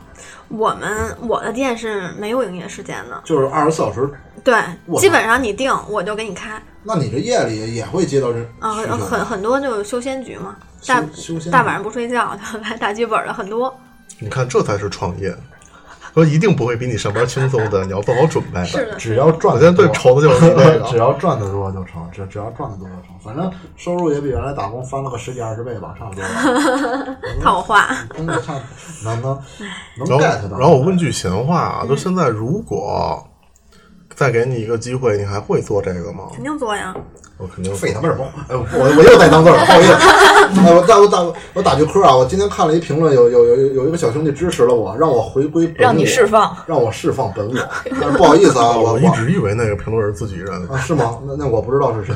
Speaker 4: 我们我的店是没有营业时间的，
Speaker 1: 就是二十四小时。
Speaker 4: 对，
Speaker 1: 我
Speaker 4: 基本上你定我就给你开
Speaker 1: 那你这夜里也会接到这
Speaker 4: 啊，
Speaker 1: 需
Speaker 4: 很
Speaker 1: 求吗
Speaker 4: 很很多就是休闲局嘛，大
Speaker 1: 休休闲
Speaker 4: 大
Speaker 1: 局
Speaker 4: 晚上不睡觉 就来打剧本的很多。
Speaker 2: 你看，这才是创业，说一定不会比你上班轻松的，你要做好准备
Speaker 4: 是的，
Speaker 1: 只要赚
Speaker 2: 我
Speaker 1: 得
Speaker 2: 现在
Speaker 1: 多，
Speaker 2: 最愁的就是这
Speaker 1: 只
Speaker 2: 个。
Speaker 1: 要赚得多就成，只只要赚得多就成，反正收入也比原来打工翻了个十几二十倍吧，差不 多。
Speaker 4: 套话，
Speaker 1: 真的差，能能
Speaker 2: 然
Speaker 1: 能 get
Speaker 2: 后，
Speaker 1: 到。嗯
Speaker 2: 然后我问句闲话啊，就现在如果再给你一个机会，你还会做这个吗？
Speaker 4: 肯定做呀。
Speaker 2: 我肯定
Speaker 1: 嗯废他妈什么话？哎，我我又带脏字儿了，不好意思。哎，我打我打我打句磕啊！我今天看了一评论，有有有有一个小兄弟支持了我，让我回归本我，
Speaker 3: 让你释放。
Speaker 1: 让我释放本我。但是不好意思啊，我
Speaker 2: 我一
Speaker 1: 我
Speaker 2: 直以为那个评论是自己人，
Speaker 1: 啊，是吗？那那我不知道是谁，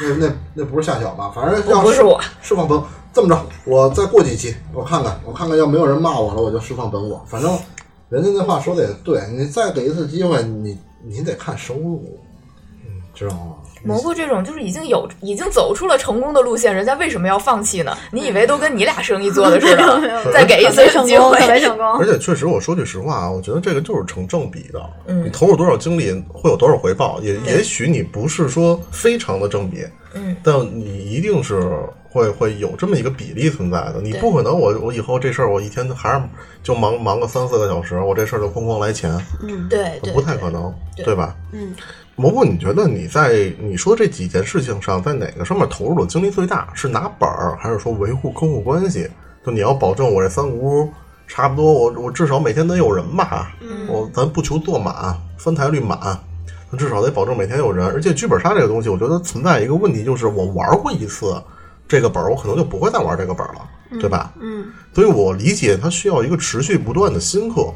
Speaker 1: 那那那不是夏晓吧？反正要
Speaker 3: 不是我
Speaker 1: 释放本，这么着，我再过几期，我看看，我看看，要没有人骂我了，我就释放本我。反正人家那话说的也对，你再给一次机会，你你得看收入，嗯，知道吗？
Speaker 3: 蘑菇这种就是已经有已经走出了成功的路线，人家为什么要放弃呢？你以为都跟你俩生意做的似
Speaker 4: 没有没
Speaker 3: 的，
Speaker 4: 有
Speaker 3: 再给一次
Speaker 4: 特别成
Speaker 3: 机
Speaker 4: 功，特
Speaker 3: 会，
Speaker 4: 别成
Speaker 2: 而
Speaker 4: 功。
Speaker 2: 且确实，我说句实话啊，我觉得这个就是成正比的。
Speaker 3: 嗯
Speaker 2: 你投入多少精力，会有多少回报。也
Speaker 3: 对
Speaker 2: 也许你不是说非常的正比，
Speaker 3: 嗯，
Speaker 2: 但你一定是会会有这么一个比例存在的。你
Speaker 3: 对
Speaker 2: 不可能我，我以后这事儿我一天还是就忙忙个三四个小时，我这事儿就哐哐来钱，
Speaker 4: 嗯
Speaker 3: 对对，
Speaker 2: 不太
Speaker 3: 对
Speaker 2: 可能，
Speaker 3: 对
Speaker 2: 对吧？
Speaker 4: 嗯，
Speaker 2: 蘑菇，你觉得你在你说这几件事情上，在哪个上面投入的精力最大？是拿本儿，还是说维护客户关系？就你要保证我这三无差不多，我我至少每天得有人吧。
Speaker 4: 嗯
Speaker 2: 我咱不求坐满翻台率满，咱至少得保证每天有人。而且剧本杀这个东西，我觉得存在一个问题，就是我玩过一次这个本儿，我可能就不会再玩这个本儿了，对吧？
Speaker 4: 嗯
Speaker 2: 所以我理解它需要一个持续不断的新客，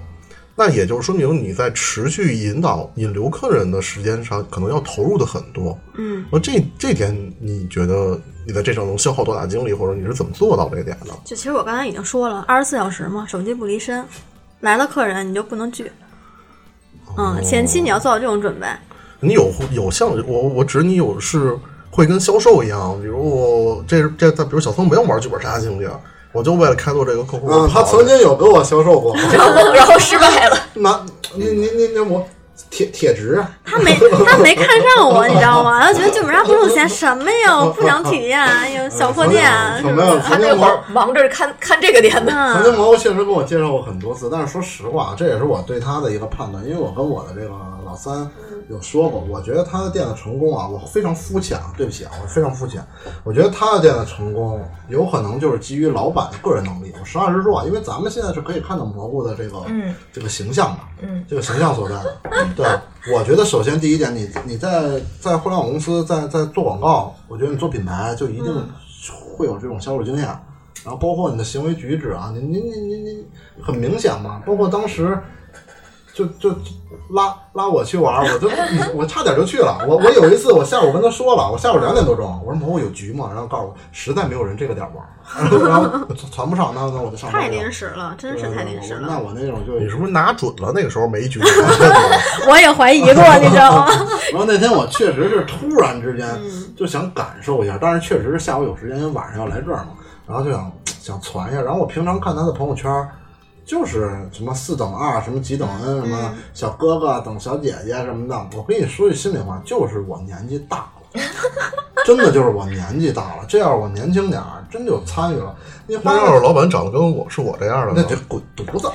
Speaker 2: 那也就是说明你在持续引导引流客人的时间上，可能要投入的很多。
Speaker 4: 嗯，
Speaker 2: 那这这点，你觉得你在这上能消耗多大精力，或者你是怎么做到这点的？
Speaker 4: 就其实我刚才已经说了，二十四小时嘛，手机不离身，来了客人你就不能拒。嗯，前期你要做好这种准备。
Speaker 2: 你有有像我我指你有是会跟销售一样，比如我这这，比如小松没有玩剧本杀行不行？啊我就为了开拓这个客户，
Speaker 1: 嗯，
Speaker 2: 跑
Speaker 1: 他曾经有给我销售过，
Speaker 3: 然后然后失败了，
Speaker 1: 那那那那那我铁铁直啊，
Speaker 4: 他没他没看上我，你知道吗？他觉得剧本杀不挣钱，什么呀，我不想体验，哎呦，小破店
Speaker 1: 曾
Speaker 4: 是
Speaker 1: 经
Speaker 4: 不
Speaker 1: 没有
Speaker 4: 是？
Speaker 3: 他
Speaker 1: 曾
Speaker 3: 那
Speaker 1: 经
Speaker 3: 会
Speaker 1: 玩
Speaker 3: 儿忙着看看这个点的，
Speaker 1: 曾经
Speaker 4: 嗯，
Speaker 1: 毛毛确实跟我介绍过很多次，但是说实话，这也是我对他的一个判断，因为我跟我的这个老三有说过，我觉得他的店的成功啊，我非常肤浅，啊，对不起啊，我非常肤浅，我觉得他的店的成功有可能就是基于老板的个人能力。我实话实说啊，因为咱们现在是可以看到蘑菇的这个、
Speaker 3: 嗯
Speaker 1: 这个形象嘛，
Speaker 3: 嗯，
Speaker 1: 这个形象所在的。对，我觉得首先第一点，你你在在互联网公司在在做广告，我觉得你做品牌就一定会有这种销售经验，啊然后包括你的行为举止啊，你你你你你很明显嘛，包括当时。就就就拉拉我去玩儿，我就我差点就去了。我我有一次，我下午跟他说了，我下午两点多钟，我说蘑菇有局嘛，然后告诉我实在没有人这个点儿玩儿， 然后传不上，那那我就上班
Speaker 4: 太
Speaker 1: 去了
Speaker 4: 临时了，真是太临时
Speaker 1: 那
Speaker 4: 了。
Speaker 1: 我那种就
Speaker 2: 你是不是拿准了？那个时候没局， 我
Speaker 4: 嗯我也怀疑过，你知道吗？
Speaker 1: 然后那天我确实是突然之间就想感受一下，但是确实是下午有时间，因为晚上要来这儿嘛，然后就想想传一下。然后我平常看他的朋友圈儿，就是什么四等二，什么几等 n，什么小哥哥等小姐姐什么的。我跟你说句心里话，就是我年纪大了， 真的就是我年纪大了。这要是我年轻点儿，真就参与了。你花
Speaker 2: 要是
Speaker 1: 样
Speaker 2: 老板长得跟我是我这样的
Speaker 1: 那
Speaker 2: 呢
Speaker 1: 得，滚犊 子！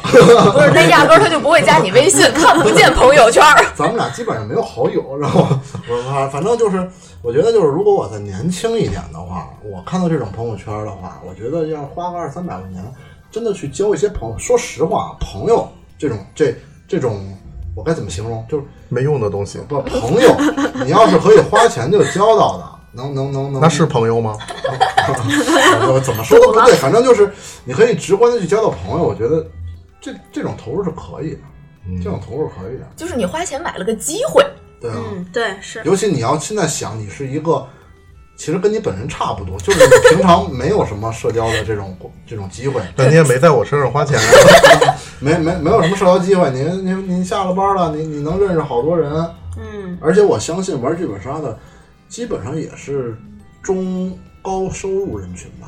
Speaker 3: 不是他压根儿他就不会加你微信，看不见朋友圈儿，
Speaker 1: 咱们俩基本上没有好友，然后 我反反正就是，我觉得就是，如果我再年轻一点的话，我看到这种朋友圈的话，我觉得要花个二三百块钱，真的去交一些朋友。说实话，朋友这种这这种，我该怎么形容？就是
Speaker 2: 没用的东西，
Speaker 1: 不朋友，你要是可以花钱就交到的，能能能
Speaker 4: 嗯
Speaker 1: 能，
Speaker 2: 那是朋友 吗？
Speaker 1: 我怎么说都不对，反正就是你可以直观的去交到朋友。我觉得这这种投入是可以的，这种投入可以的，
Speaker 3: 就是你花钱买了个机会，
Speaker 1: 对啊。
Speaker 4: 嗯，对，是。
Speaker 1: 尤其你要现在想，你是一个其实跟你本人差不多，就是你平常没有什么社交的这种 这种机会，
Speaker 2: 那你也没在我身上花钱啊，
Speaker 1: 没没没有什么社交机会。你你你下了班了，你你能认识好多人，
Speaker 4: 嗯
Speaker 1: 而且我相信玩剧本杀的基本上也是中高收入人群吧，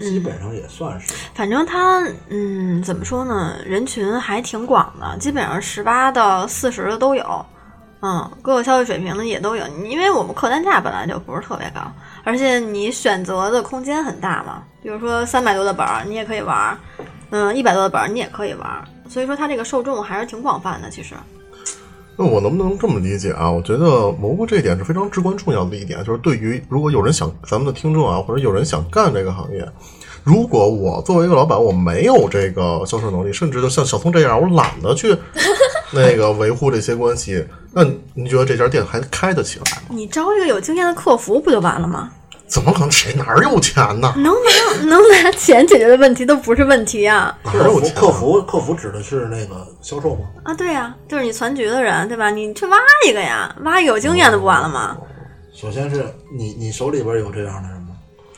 Speaker 1: 基本上也算是。，
Speaker 4: 反正他嗯，怎么说呢，人群还挺广的，基本上十八到四十的都有，嗯，各个消费水平的也都有。因为我们客单价本来就不是特别高，而且你选择的空间很大嘛，比如说三百多的本儿你也可以玩儿，嗯，一百多的本儿你也可以玩儿，所以说它这个受众还是挺广泛的，其实。
Speaker 2: 那我能不能这么理解啊？我觉得蘑菇这一点是非常至关重要的一点，就是对于如果有人想咱们的听众啊，或者有人想干这个行业，如果 我作为一个老板，我没有这个销售能力，甚至就像小聪这样，我懒得去那个维护这些关系，那你觉得这家店还开得起来吗？
Speaker 4: 你招一个有经验的客服不就完了吗？
Speaker 2: 怎么可能？谁哪儿有钱呢？
Speaker 4: 能拿能拿钱解决的问题都不是问题啊！
Speaker 2: 哪儿
Speaker 1: 客
Speaker 2: 有
Speaker 1: 服
Speaker 2: 钱啊？
Speaker 1: 客服客服指的是那个销售吗？
Speaker 4: 啊，对呀、就是你攒局的人，对吧？你去挖一个呀，挖一个有经验的不完了吗？
Speaker 1: 首先是你你手里边有这样的人吗？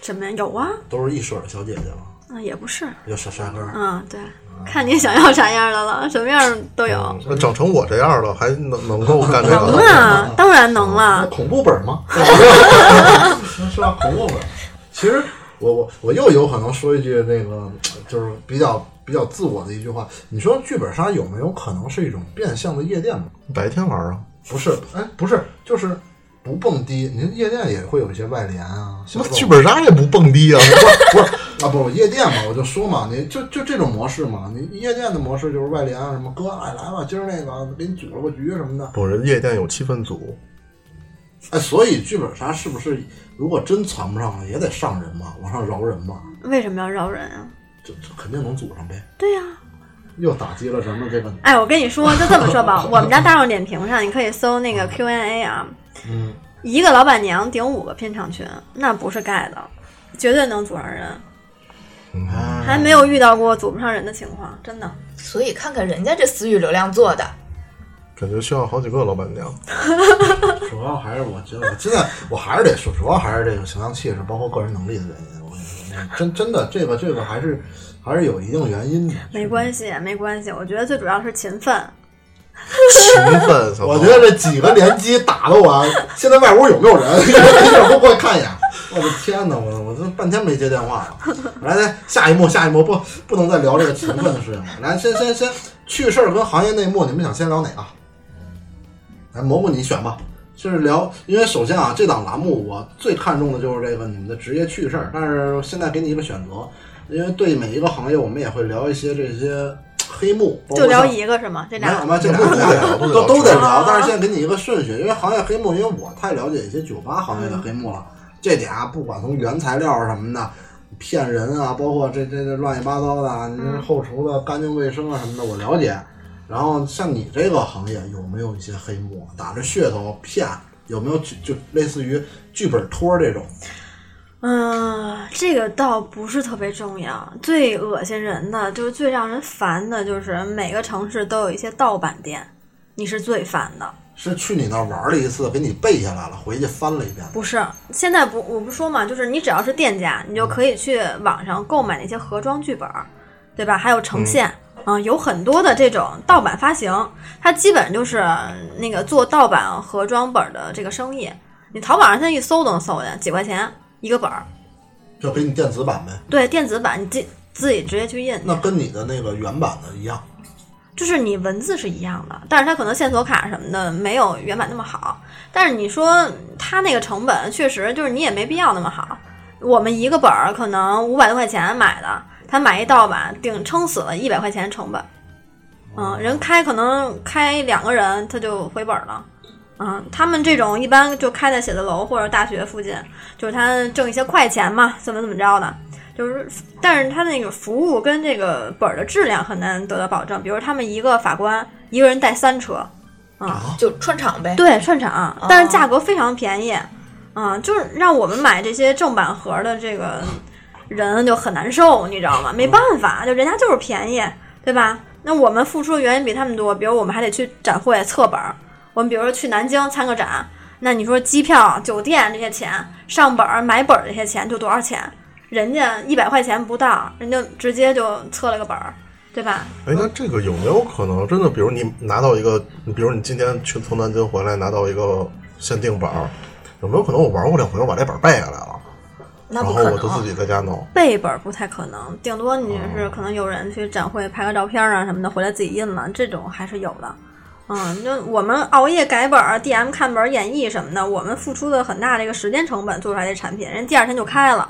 Speaker 4: 什么呀？有啊，
Speaker 1: 都是一水儿小姐姐吗？
Speaker 4: 啊也不是，
Speaker 1: 有小帅哥儿？
Speaker 4: 嗯，对，看你想要啥样的了，什么样都有。
Speaker 2: 那整成我这样了，还能能够干这
Speaker 4: 能
Speaker 2: 个？
Speaker 4: 啊，当然能
Speaker 1: 那
Speaker 4: 了。
Speaker 1: 恐怖本儿吗？是吧？恐怖本儿。其实我我我又有可能说一句那个就是比较比较自我的一句话，你说剧本杀有没有可能是一种变相的夜店吗？
Speaker 2: 白天玩啊，
Speaker 1: 不是，哎，不是，就是不蹦迪，您夜店也会有一些外联啊，
Speaker 2: 什
Speaker 1: 小
Speaker 2: 么
Speaker 1: 众
Speaker 2: 剧本杀也不蹦迪 啊？
Speaker 1: 不是啊，不夜店嘛，我就说嘛，你就就这种模式嘛，你夜店的模式就是外联啊，什么哥哎来吧，今儿那个给你组了个局什么的，
Speaker 2: 不，人夜店有气氛组，
Speaker 1: 哎，所以剧本杀是不是如果真攒不上了，也得上人嘛，往上饶人嘛，
Speaker 4: 为什么要饶人啊？
Speaker 1: 这这肯定能组上呗。
Speaker 4: 对呀、
Speaker 1: 又打击了咱们这个，
Speaker 4: 哎，我跟你说，就这么说吧，我们家大众点评上你可以搜那个 Q&A 啊，
Speaker 1: 嗯，
Speaker 4: 一个老板娘顶五个片场群，那不是盖的，绝对能组上人，
Speaker 1: 哎
Speaker 4: 还没有遇到过组不上人的情况，真的。
Speaker 3: 所以看看人家这私域流量做的，
Speaker 2: 感觉需要好几个老板 娘。
Speaker 1: 主要还是我觉得，我现在我还是得说，主要还是这个形象气质，包括个人能力的原因。我跟你说，真真的这个这个还是还是有一定原因的。
Speaker 4: 没关系，没关系，我觉得最主要是勤奋。
Speaker 2: 勤奋，小
Speaker 1: 我
Speaker 2: 胖
Speaker 1: 觉得这几个连击打的我，现在外屋有没有人？一会儿过来看一眼。我的天哪，我我这半天没接电话了。来来，下一幕，下一幕，不不能再聊这个勤奋的事情了。来，先先先趣事儿跟行业内幕，你们想先聊哪个？来，蘑菇你选吧。就是聊，因为首先啊，这档栏目我最看重的就是这个你们的职业趣事儿，但是现在给你一个选择，因为对每一个行业我们也会聊一些这些黑幕，包括
Speaker 4: 就聊
Speaker 1: 像
Speaker 4: 一个是吗？这
Speaker 1: 没有
Speaker 4: 俩
Speaker 1: 吗？这
Speaker 2: 都
Speaker 1: 不
Speaker 2: 得聊都得
Speaker 1: 都
Speaker 2: 聊
Speaker 1: 都得
Speaker 4: 啊
Speaker 1: 聊，但是现在给你一个顺序，因为行业黑幕，因为我太了解一些酒吧行业的黑幕了，这点啊，不管从原材料什么的。骗人啊，包括这这这乱七八糟的啊，你这后厨的干净卫生啊什么的，我了解。然后像你这个行业有没有一些黑幕，打着噱头骗？有没有就就类似于剧本托这种？
Speaker 4: 嗯，这个倒不是特别重要。最恶心人的，就是最让人烦的，就是每个城市都有一些盗版店，你是最烦的。
Speaker 1: 是去你那儿玩了一次，给你背下来了，回去翻了一遍。
Speaker 4: 不是，现在不，我不说嘛，就是你只要是店家，你就可以去网上购买那些盒装剧本儿，对吧？还有呈现，嗯、有很多的这种盗版发行，它基本就是那个做盗版盒装本儿的这个生意。你淘宝上现在一搜都能搜见，几块钱一个本儿，
Speaker 1: 就给你电子版呗，
Speaker 4: 对，电子版你自自己直接去印，
Speaker 1: 那跟你的那个原版的一样。
Speaker 4: 就是你文字是一样的，但是它可能线索卡什么的没有原版那么好。但是你说它那个成本，确实就是你也没必要那么好。我们一个本儿可能五百多块钱买的，他买一盗版顶撑死了一百块钱成本。嗯，人开可能开两个人他就回本了。嗯，他们这种一般就开在写字楼或者大学附近，就是他挣一些快钱嘛，怎么怎么着的。就是，但是他那个服务跟这个本儿的质量很难得到保证。比如他们一个法官一个人带三车，啊，
Speaker 3: 就串场呗。
Speaker 4: 对串场，但是价格非常便宜，啊，就是让我们买这些正版盒的这个人就很难受，你知道吗？没办法，就人家就是便宜，对吧？那我们付出的原因比他们多，比如我们还得去展会测本儿，我们比如说去南京参个展，那你说机票、酒店这些钱，上本儿买本儿这些钱就多少钱？人家一百块钱不到，人家直接就测了个本儿，对吧？
Speaker 2: 哎，那这个有没有可能真的？比如你拿到一个，比如你今天去从南京回来拿到一个限定本儿，有没有可能我玩过两回，我把这本儿背下来了，
Speaker 3: 那
Speaker 2: 然
Speaker 3: 不
Speaker 2: 后
Speaker 3: 可
Speaker 2: 我就自
Speaker 3: 能。啊
Speaker 2: 己在家弄？
Speaker 4: 背本儿不太可能，顶多你是可能有人去展会拍个照片啊什么的，回来自己印了，这种还是有的。嗯，就我们熬夜改本儿、DM 看本儿、演绎什么的，我们付出的很大的一个时间成本做出来这产品，人第二天就开了，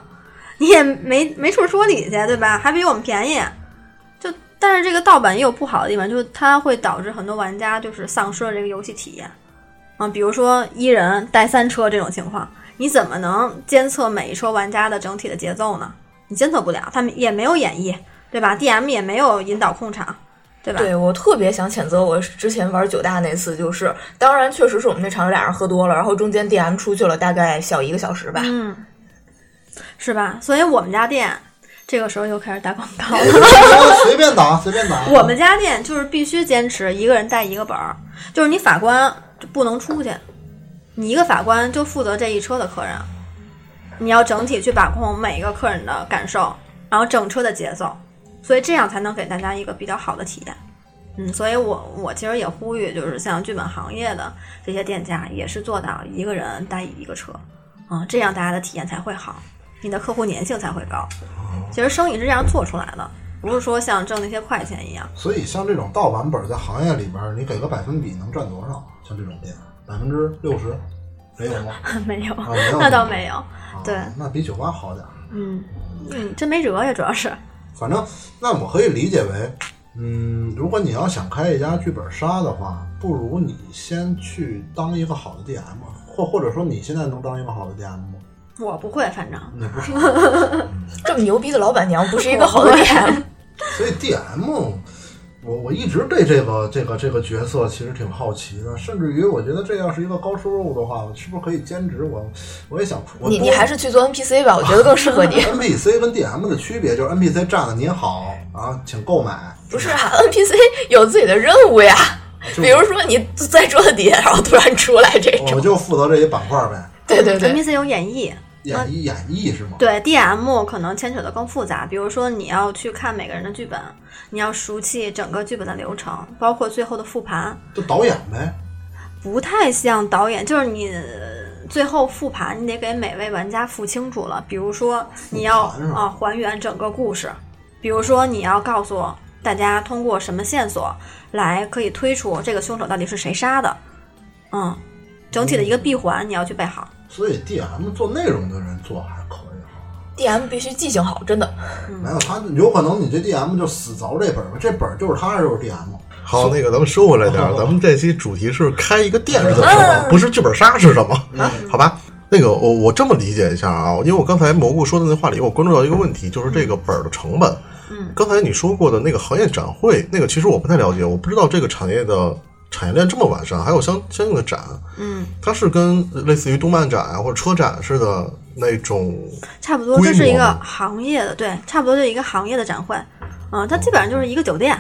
Speaker 4: 你也没没处说理去，对吧？还比我们便宜。就但是这个盗版也有不好的地方，就是它会导致很多玩家就是丧失了这个游戏体验。啊，比如说一人带三车这种情况，你怎么能监测每一车玩家的整体的节奏呢？你监测不了，他们也没有演绎，对吧？DM 也没有引导控场，对吧？
Speaker 3: 对我特别想谴责我之前玩九大那次，就是当然确实是我们那场俩人喝多了，然后中间 DM 出去了大概小一个小时吧。
Speaker 4: 嗯，是吧？所以我们家店这个时候又开始打广告了。
Speaker 1: 随便打，随便打。
Speaker 4: 我们家店就是必须坚持一个人带一个本儿，就是你法官就不能出去，你一个法官就负责这一车的客人，你要整体去把控每一个客人的感受，然后整车的节奏，所以这样才能给大家一个比较好的体验。嗯，所以我我其实也呼吁，就是像剧本行业的这些店家，也是做到一个人带一个车，啊、这样大家的体验才会好，你的客户粘性才会高。其实生意是这样做出来的，不是说像挣那些快钱一样。
Speaker 1: 所以像这种盗版本，在行业里边，你给个百分比能占多少？像这种店，百分之六十，没有 吗？
Speaker 4: 没有，
Speaker 1: 啊，没有，
Speaker 4: 那倒没有。
Speaker 1: 啊
Speaker 4: 对
Speaker 1: 那比酒吧好点儿。
Speaker 4: 嗯，嗯，真没辙呀，主要是。
Speaker 1: 反正，那我可以理解为，嗯，如果你要想开一家剧本杀的话，不如你先去当一个好的 DM，或或者说你现在能当一个好的 DM 吗？
Speaker 4: 我不会，反正
Speaker 1: 你不是，
Speaker 3: 这么牛逼的老板娘不是一个好的 DM，
Speaker 1: 所以 DM，我我一直对这个这个这个角色其实挺好奇的，甚至于我觉得这要是一个高收入的话，我是不是可以兼职？我我也想，我
Speaker 3: 你
Speaker 1: 多
Speaker 3: 你还是去做 NPC 吧，我觉得更适合 你。
Speaker 1: NPC 跟 DM 的区别就是 NPC 站了您好啊，请购买，
Speaker 3: 不是啊，NPC 有自己的任务呀，
Speaker 1: 就
Speaker 3: 比如说你在桌子底下，然后突然出来这
Speaker 1: 我
Speaker 3: 种，
Speaker 1: 就负责这一板块呗，
Speaker 3: 对对对，
Speaker 4: NPC 有演绎，
Speaker 1: 演
Speaker 3: 啊
Speaker 1: 绎演绎是吗？
Speaker 4: 对 DM 可能牵扯的更复杂，比如说你要去看每个人的剧本，你要熟悉整个剧本的流程，包括最后的复盘，
Speaker 1: 就导演呗。
Speaker 4: 不太像导演，就是你呃最后复盘，你得给每位玩家复清楚了。比如说你要啊
Speaker 1: 复盘是吧、
Speaker 4: 还原整个故事，比如说你要告诉大家通过什么线索来可以推出这个凶手到底是谁杀的，嗯，整体的一个闭环你要去备好。
Speaker 1: 所以 DM 做内容的人做还可以哈，
Speaker 3: DM 必须记性好，真的。
Speaker 1: 没有他有可能你这 DM 就死凿这本儿吧，这本儿就是他就是 DM，
Speaker 2: 好，那个咱们收回来点儿，
Speaker 1: 好
Speaker 2: 咱们这期主题是开一个店是怎么着，不是剧本杀是什么？好吧，那个我我这么理解一下啊，因为我刚才蘑菇说的那话里，我关注到一个问题，就是这个本儿的成本。
Speaker 4: 嗯，
Speaker 2: 刚才你说过的那个行业展会，那个其实我不太了解，我不知道这个产业的产业链这么完善，还有相相应的展，
Speaker 4: 嗯，
Speaker 2: 它是跟类似于动漫展啊或者车展似的那种
Speaker 4: 差不多这是一
Speaker 2: 规模
Speaker 4: 个
Speaker 2: 吗
Speaker 4: 行业的，对，差不多就一个行业的展会，嗯，它基本上就是一个酒店，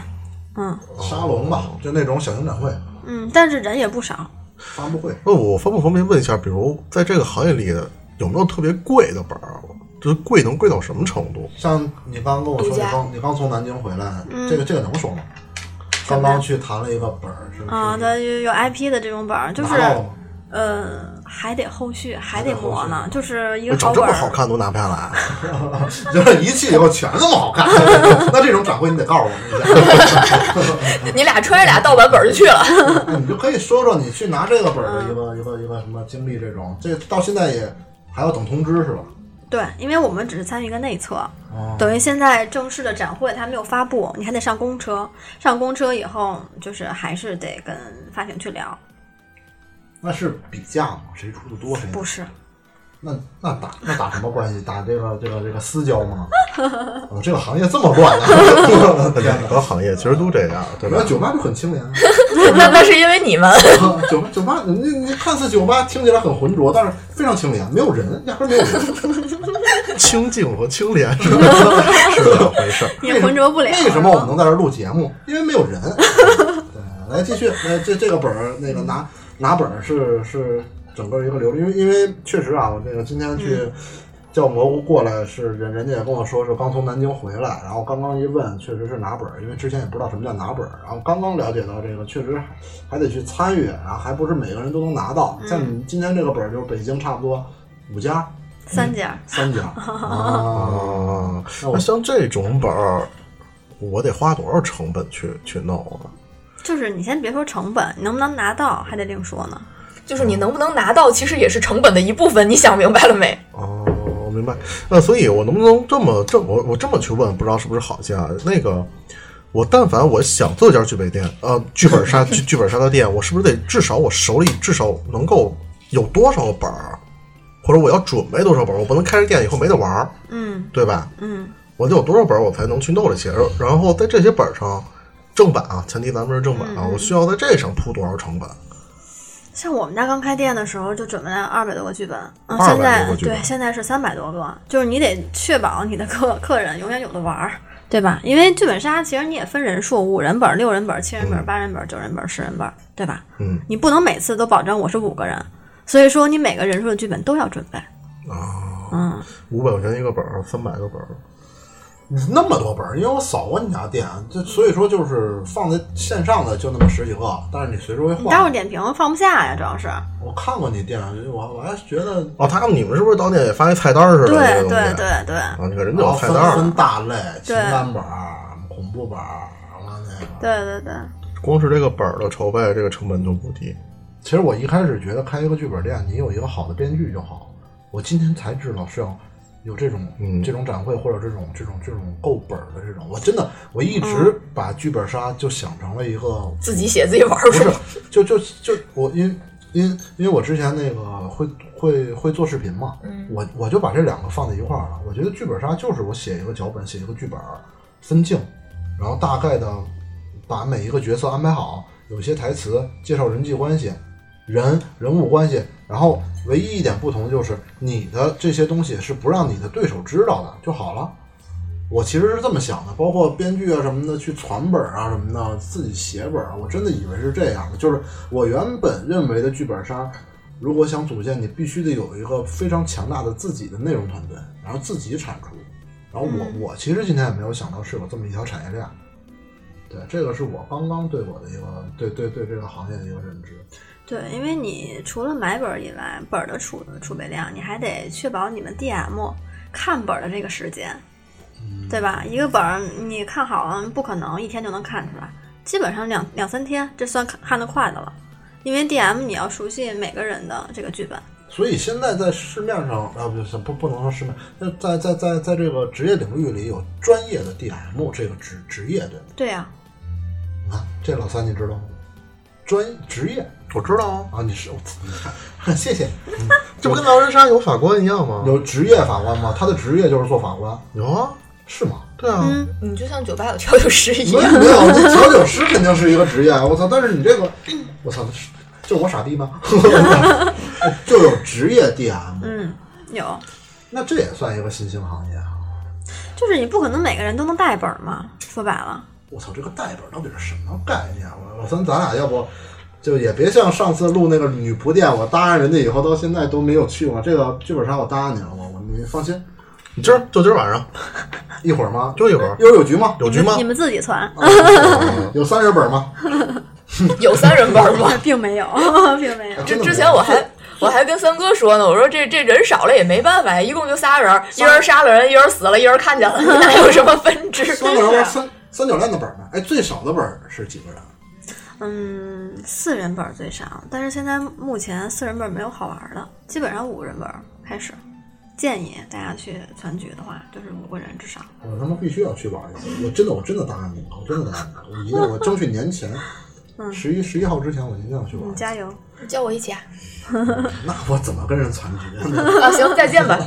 Speaker 4: 嗯
Speaker 1: 沙龙吧，就那种小型展会、
Speaker 4: 嗯，但是人也不少，
Speaker 1: 发布会。
Speaker 2: 那我方不方便问一下，比如在这个行业里有没有特别贵的本儿？啊就是贵能贵到什么程度？
Speaker 1: 像你刚跟我说，
Speaker 3: 独
Speaker 1: 你
Speaker 3: 家
Speaker 1: 刚你刚从南京回来，
Speaker 4: 嗯
Speaker 1: 这个这个能说吗？刚刚去谈了一个本儿，是
Speaker 4: 啊、
Speaker 1: 是
Speaker 4: 它有有 IP 的这种本儿，就是
Speaker 1: 拿到了吗？
Speaker 4: 呃，还得后续，还
Speaker 1: 得
Speaker 4: 得磨
Speaker 1: 后
Speaker 4: 呢，就是一
Speaker 2: 我
Speaker 4: 个
Speaker 2: 长哦
Speaker 4: 好
Speaker 2: 这
Speaker 4: 本
Speaker 2: 么
Speaker 4: 儿。
Speaker 2: 好看都拿不下来，
Speaker 1: 就是一去以后全那么好看， 那这种展会你得告诉我们一下。
Speaker 3: 你俩揣着俩盗版本儿就去了，
Speaker 1: 那你就可以说说你去拿这个本儿的一个一个一个什么经历，这种这到现在也还要等通知是吧？
Speaker 4: 对，因为我们只是参与一个内测，
Speaker 1: 哦，
Speaker 4: 等于现在正式的展会它没有发布，你还得上公车。上公车以后，就是还是得跟发行去聊。
Speaker 1: 那是比价嘛，谁出的多谁拿
Speaker 4: 不是，
Speaker 1: 那那打那打什么关系？打这个这个这个私交吗？哦，这个行业这么乱啊！ 天
Speaker 2: 很
Speaker 1: 哪！
Speaker 2: 多行业其实都这样，对吧
Speaker 1: 那？酒吧就很清廉啊，
Speaker 3: 那那是因为你们。
Speaker 1: 酒吧酒吧，你你看似酒吧听起来很浑浊，但是非常清廉，没有人，压根儿没有人。
Speaker 2: 清静和清廉是是两回事儿。
Speaker 4: 也浑浊不了。
Speaker 1: 为什么我们能在这儿录节目？因为没有 人。对，来继续，来这这个本儿，那个拿拿本儿是是整个一个流程，因为因为确实啊，我那个今天去
Speaker 4: 嗯
Speaker 1: 叫蘑菇过来，是人人家也跟我说是刚从南京回来，然后刚刚一问，确实是拿本儿，因为之前也不知道什么叫拿本儿，然后刚刚了解到这个，确实还还得去参与，然后还不是每个人都能拿到。像
Speaker 4: 嗯
Speaker 1: 你今天这个本儿，就是北京差不多五家
Speaker 4: 三家？
Speaker 1: 三 家啊，
Speaker 2: 啊，
Speaker 1: 那我
Speaker 2: 那像这种本儿，我得花多少成本去去弄啊？
Speaker 4: 就是你先别说成本，你能不能拿到还得另说呢。
Speaker 3: 就是你能不能拿到，其实也是成本的一部分。你想明白了没？
Speaker 2: 哦，我明白。那所以，我能不能这么这我我这么去问，不知道是不是好些啊？那个，我但凡我想做一家剧本店，呃，剧本杀剧剧本杀的店，我是不是得至少我手里至少能够有多少本儿，或者我要准备多少本儿？我不能开着店以后没得玩儿，
Speaker 4: 嗯
Speaker 2: 对吧？
Speaker 4: 嗯，
Speaker 2: 我得有多少本儿我才能去弄这些？然后在这些本儿上。正版啊，前提咱们是正版啊，
Speaker 4: 嗯嗯
Speaker 2: 我需要在这上铺多少成本？
Speaker 4: 像我们家刚开店的时候，就准备了二百多个剧本，嗯，
Speaker 2: 200
Speaker 4: 现在
Speaker 2: 多个剧本
Speaker 4: 对，现在是三百多个，就是你得确保你的客 客人永远有的玩儿，对吧？因为剧本杀其实你也分人数，五人本、六人本、七人本、
Speaker 2: 嗯
Speaker 4: 八人本、九人本、十人本，对吧？
Speaker 2: 嗯
Speaker 4: 你不能每次都保证我是五个人，所以说你每个人数的剧本都要准备。
Speaker 2: 啊，
Speaker 4: 嗯，
Speaker 2: 五百块钱一个本儿，三百个本儿，
Speaker 1: 那么多本儿，因为我扫过你家店，就所以说就是放在线上的就那么十几个，但是你随时会
Speaker 4: 你待会儿
Speaker 1: 换。
Speaker 4: 点评放不下呀，主要是。
Speaker 1: 我看过你店，我我还觉得
Speaker 2: 哦，他们你们是不是到店也发一菜单儿似的？
Speaker 4: 对
Speaker 2: 这个东西
Speaker 4: 对哦对对
Speaker 2: 啊，你看人家
Speaker 1: 然
Speaker 2: 有
Speaker 1: 后
Speaker 2: 菜
Speaker 1: 分
Speaker 2: 单儿
Speaker 1: 分，大类，情
Speaker 4: 对
Speaker 1: 感本儿、恐怖本儿，完了那个。
Speaker 4: 对对对，
Speaker 2: 光是这个本儿的筹备，这个成本就不低。
Speaker 4: 嗯
Speaker 1: 其实我一开始觉得开一个剧本店，你有一个好的编剧就好。我今天才知道是要有这种、
Speaker 2: 嗯
Speaker 1: 这种展会或者这种这种这种够本儿的这种。我真的我一直把剧本杀就想成了一个
Speaker 3: 自己写自己玩
Speaker 1: 不
Speaker 3: 儿
Speaker 1: 是
Speaker 3: 是吧？，
Speaker 1: 就就就我因因因为我之前那个会会会做视频嘛，
Speaker 3: 嗯
Speaker 1: 我我就把这两个放在一块儿了。我觉得剧本杀就是我写一个脚本，写一个剧本，分镜，然后大概的把每一个角色安排好，有些台词介绍人际关系、人人物关系，然后唯一一点不同就是你的这些东西是不让你的对手知道的就好了。我其实是这么想的，包括编剧啊什么的去传本啊什么的，自己写本啊，我真的以为是这样的。就是我原本认为的剧本杀，如果想组建，你必须得有一个非常强大的自己的内容团队，然后自己产出。然后我、我其实今天也没有想到是有这么一条产业链。对，这个是我刚刚对我的一个对对对这个行业的一个认知。
Speaker 4: 对，因为你除了买本儿以外，本儿的储储备量，你还得确保你们 DM 看本儿的这个时间，对吧？一个本儿你看好了，不可能一天就能看出来，基本上两两三天，这算看看得快的了。因为 DM 你要熟悉每个人的这个剧本，
Speaker 1: 所以现在在市面上啊，不是不不能说市面，那在在在在这个职业领域里有专业的 DM 这个职职业，对吗？
Speaker 4: 对呀、
Speaker 1: 啊，这老三你知道吗？专职业
Speaker 2: 我知道啊，
Speaker 1: 啊，你是， 你看谢谢。
Speaker 2: 这不跟狼人杀有法官一样吗？
Speaker 1: 有职业法官吗？他的职业就是做法官，
Speaker 2: 有啊，
Speaker 1: 是吗？
Speaker 2: 对啊，
Speaker 4: 嗯，
Speaker 3: 你就像酒吧有调酒师一
Speaker 1: 没有
Speaker 3: 样，
Speaker 1: 没有，这调酒师肯定是一个职业，啊我操！但是你这个，我操，是就是我傻逼吗？ 就有职业 DM，
Speaker 4: 嗯，有，
Speaker 1: 那这也算一个新兴行业啊！
Speaker 4: 就是你不可能每个人都能带本儿嘛，说白了，
Speaker 1: 我操，这个代本到底是什么概念？啊我老三，咱俩要不就也别像上次录那个女仆店，我答应人家以后到现在都没有去过。这个剧本杀我答应你了，我我你放心，
Speaker 2: 你今儿就今儿晚上，
Speaker 1: 一会儿吗？
Speaker 2: 就一会儿
Speaker 1: 一会儿有局吗？啊
Speaker 2: 有局吗
Speaker 4: 你？们自己传，
Speaker 1: 有三人本吗？
Speaker 3: 有三人玩儿吗？
Speaker 4: 并没有， 并没有
Speaker 1: 啊，
Speaker 3: 这
Speaker 1: 真的
Speaker 3: 之
Speaker 1: 没
Speaker 3: 前
Speaker 1: 有
Speaker 3: 我还我还跟三哥说呢，我说这这人少了也没办法呀，一共就仨人儿，一人杀了人，一人死了，一人看见了， 哪有什么分支？
Speaker 1: 三个人玩三三角恋的本呢？哎，最少的本是几个人？
Speaker 4: 嗯，四人本儿最少，但是现在目前四人本儿没有好玩儿的，基本上五人本儿开始。建议大家去全局的话，就是五个人至少。
Speaker 1: 我他妈必须要去玩一次！我真的我真的答应你了，我真的答应你了，我一定我争取 年前。十一十一号之前，我一定要去玩
Speaker 4: 你。加油！
Speaker 3: 嗯你叫我一起啊！
Speaker 1: 那我怎么跟人攒局？
Speaker 3: 啊，行，再 见吧。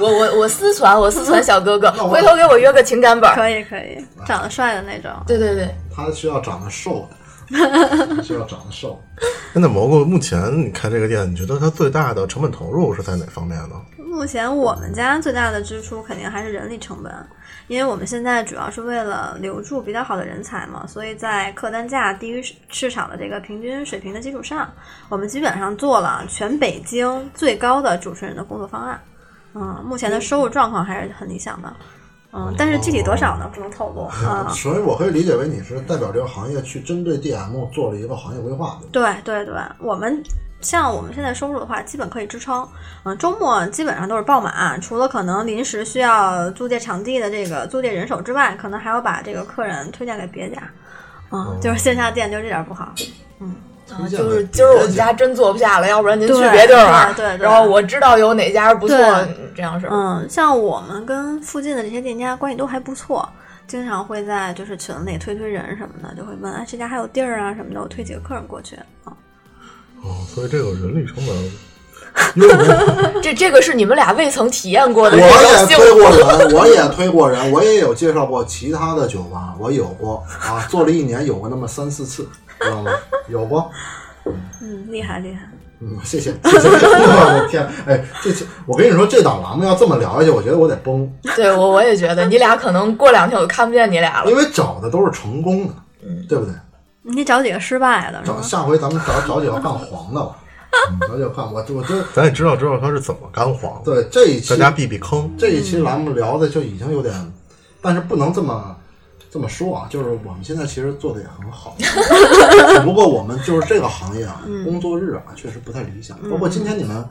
Speaker 3: 我我我私传，我私传小哥哥，
Speaker 1: 我
Speaker 3: 回头给我约个情感本儿。
Speaker 4: 可以可以，长得帅的那种。
Speaker 3: 对对对，
Speaker 1: 他需要长得瘦 的，需要长得瘦。
Speaker 2: 那蘑菇目前你开这个店，你觉得它最大的成本投入是在哪方面呢？
Speaker 4: 目前我们家最大的支出肯定还是人力成本，因为我们现在主要是为了留住比较好的人才嘛，所以在客单价低于市市场的这个平均水平的基础上，我们基本上做了全北京最高的主持人的工作方案。嗯，目前的收入状况还是很理想的。嗯，但是具体多少呢？不能透露啊。嗯
Speaker 1: 所以我可以理解为你是代表这个行业去针对 DM 做了一个行业规划的。
Speaker 4: 对对对，我们像我们现在收入的话，基本可以支撑。嗯，周末基本上都是爆满，除了可能临时需要租借场地的这个租借人手之外，可能还要把这个客人推荐给别家。嗯，就是线下店就这点不好。
Speaker 3: 啊就是今儿我们家真坐不下了，要不然您去
Speaker 4: 对
Speaker 3: 别地儿玩。
Speaker 4: 对对对
Speaker 3: 然后我知道有哪家不错
Speaker 4: 对，
Speaker 3: 这样式儿。
Speaker 4: 嗯，像我们跟附近的这些店家关系都还不错，经常会在就是群里推推人什么的，就会问哎这家还有地儿啊什么的，我推几个客人过去啊。
Speaker 2: 哦，所以这个人力成本
Speaker 1: 因为我
Speaker 3: 这这个是你们俩未曾体验 过的这
Speaker 1: 我也
Speaker 3: 种幸
Speaker 1: 推
Speaker 3: 福。
Speaker 1: 过人，我也推过人，我也有介绍过其他的酒吧，我有过啊，做了一年有过那么三四次，知道吗？有过。
Speaker 4: 嗯，厉害厉害。
Speaker 1: 嗯，谢谢，谢 谢。我的天，哎，这期我跟你说，这档栏目要这么聊下去，我觉得我得崩，
Speaker 3: 对我我也觉得，你俩可能过两天我就看不见你俩了
Speaker 1: 因。为找的都是成功的，对不对？
Speaker 4: 你得找几个失败的是嗯
Speaker 1: 找
Speaker 4: 吗？
Speaker 1: 下回咱们找找几个干黄的吧，嗯找几个干。我我这
Speaker 2: 咱也知道知道他是怎么干黄的，
Speaker 1: 对这一期
Speaker 2: 大家避避坑。
Speaker 1: 这一期栏目聊的就已经有点，但是不能这么这么说啊，就是我们现在其实做的也很 好，只不过我们就是这个行业啊，工作日啊确实不太理想。包括今天你们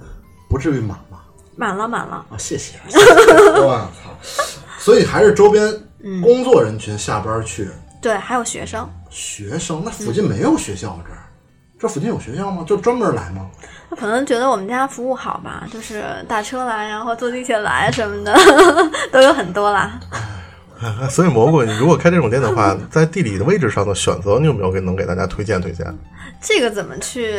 Speaker 1: 不至于满吧？
Speaker 4: 满了满了，
Speaker 1: 啊，谢 谢，谢谢我操！所以还是周边工作人群下班去，
Speaker 4: 对，还有学生，
Speaker 1: 学生那附近没有学校这儿。这附近有学校吗？就专门来吗？
Speaker 4: 他可能觉得我们家服务好吧，就是打车来，然后坐地铁来什么的， 都有很多啦。
Speaker 2: 所以蘑菇，你如果开这种店的 话，在地理的位置上的选择，你有没有给能给大家推荐推荐？
Speaker 4: 这个怎么去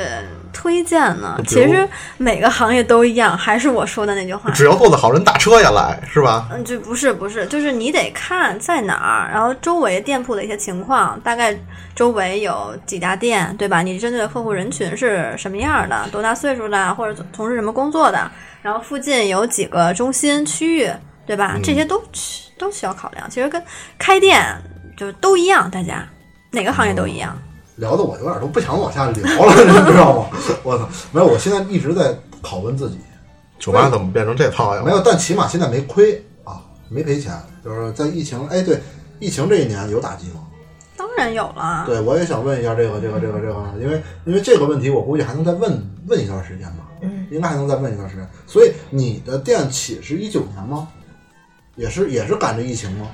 Speaker 4: 推荐呢？
Speaker 2: 比
Speaker 4: 其
Speaker 2: 如
Speaker 4: 实每个行业都一样，还是我说的那句话，
Speaker 2: 只要做得好人，打车也来，是吧？
Speaker 4: 嗯，就不是不是，就是你得看在哪儿，然后周围店铺的一些情况，大概周围有几家店，对吧？你针对的客户人群是什么样儿的，多大岁数的，或者从从事什么工作的，然后附近有几个中心区域，对吧？这些都需都需要考量。其实跟开店就都一样，大家哪个行业都一样。
Speaker 1: 聊的我有点都不想往下聊了， 你知道吗？我操！没有，我现在一直在拷问自己，
Speaker 2: 酒吧怎么变成这套样
Speaker 1: 没
Speaker 2: 了？
Speaker 1: 有，但起码现在没亏啊，没赔钱。就是在疫情，哎，对，疫情这一年有打击吗？
Speaker 4: 当然有了，
Speaker 1: 对，我也想问一下这个，这个，这个，这个，因为因为这个问题，我估计还能再问问一段时间吧，
Speaker 3: 嗯，
Speaker 1: 应该还能再问一段时间。所以你的店起是一九年吗？也是也是赶着疫情吗？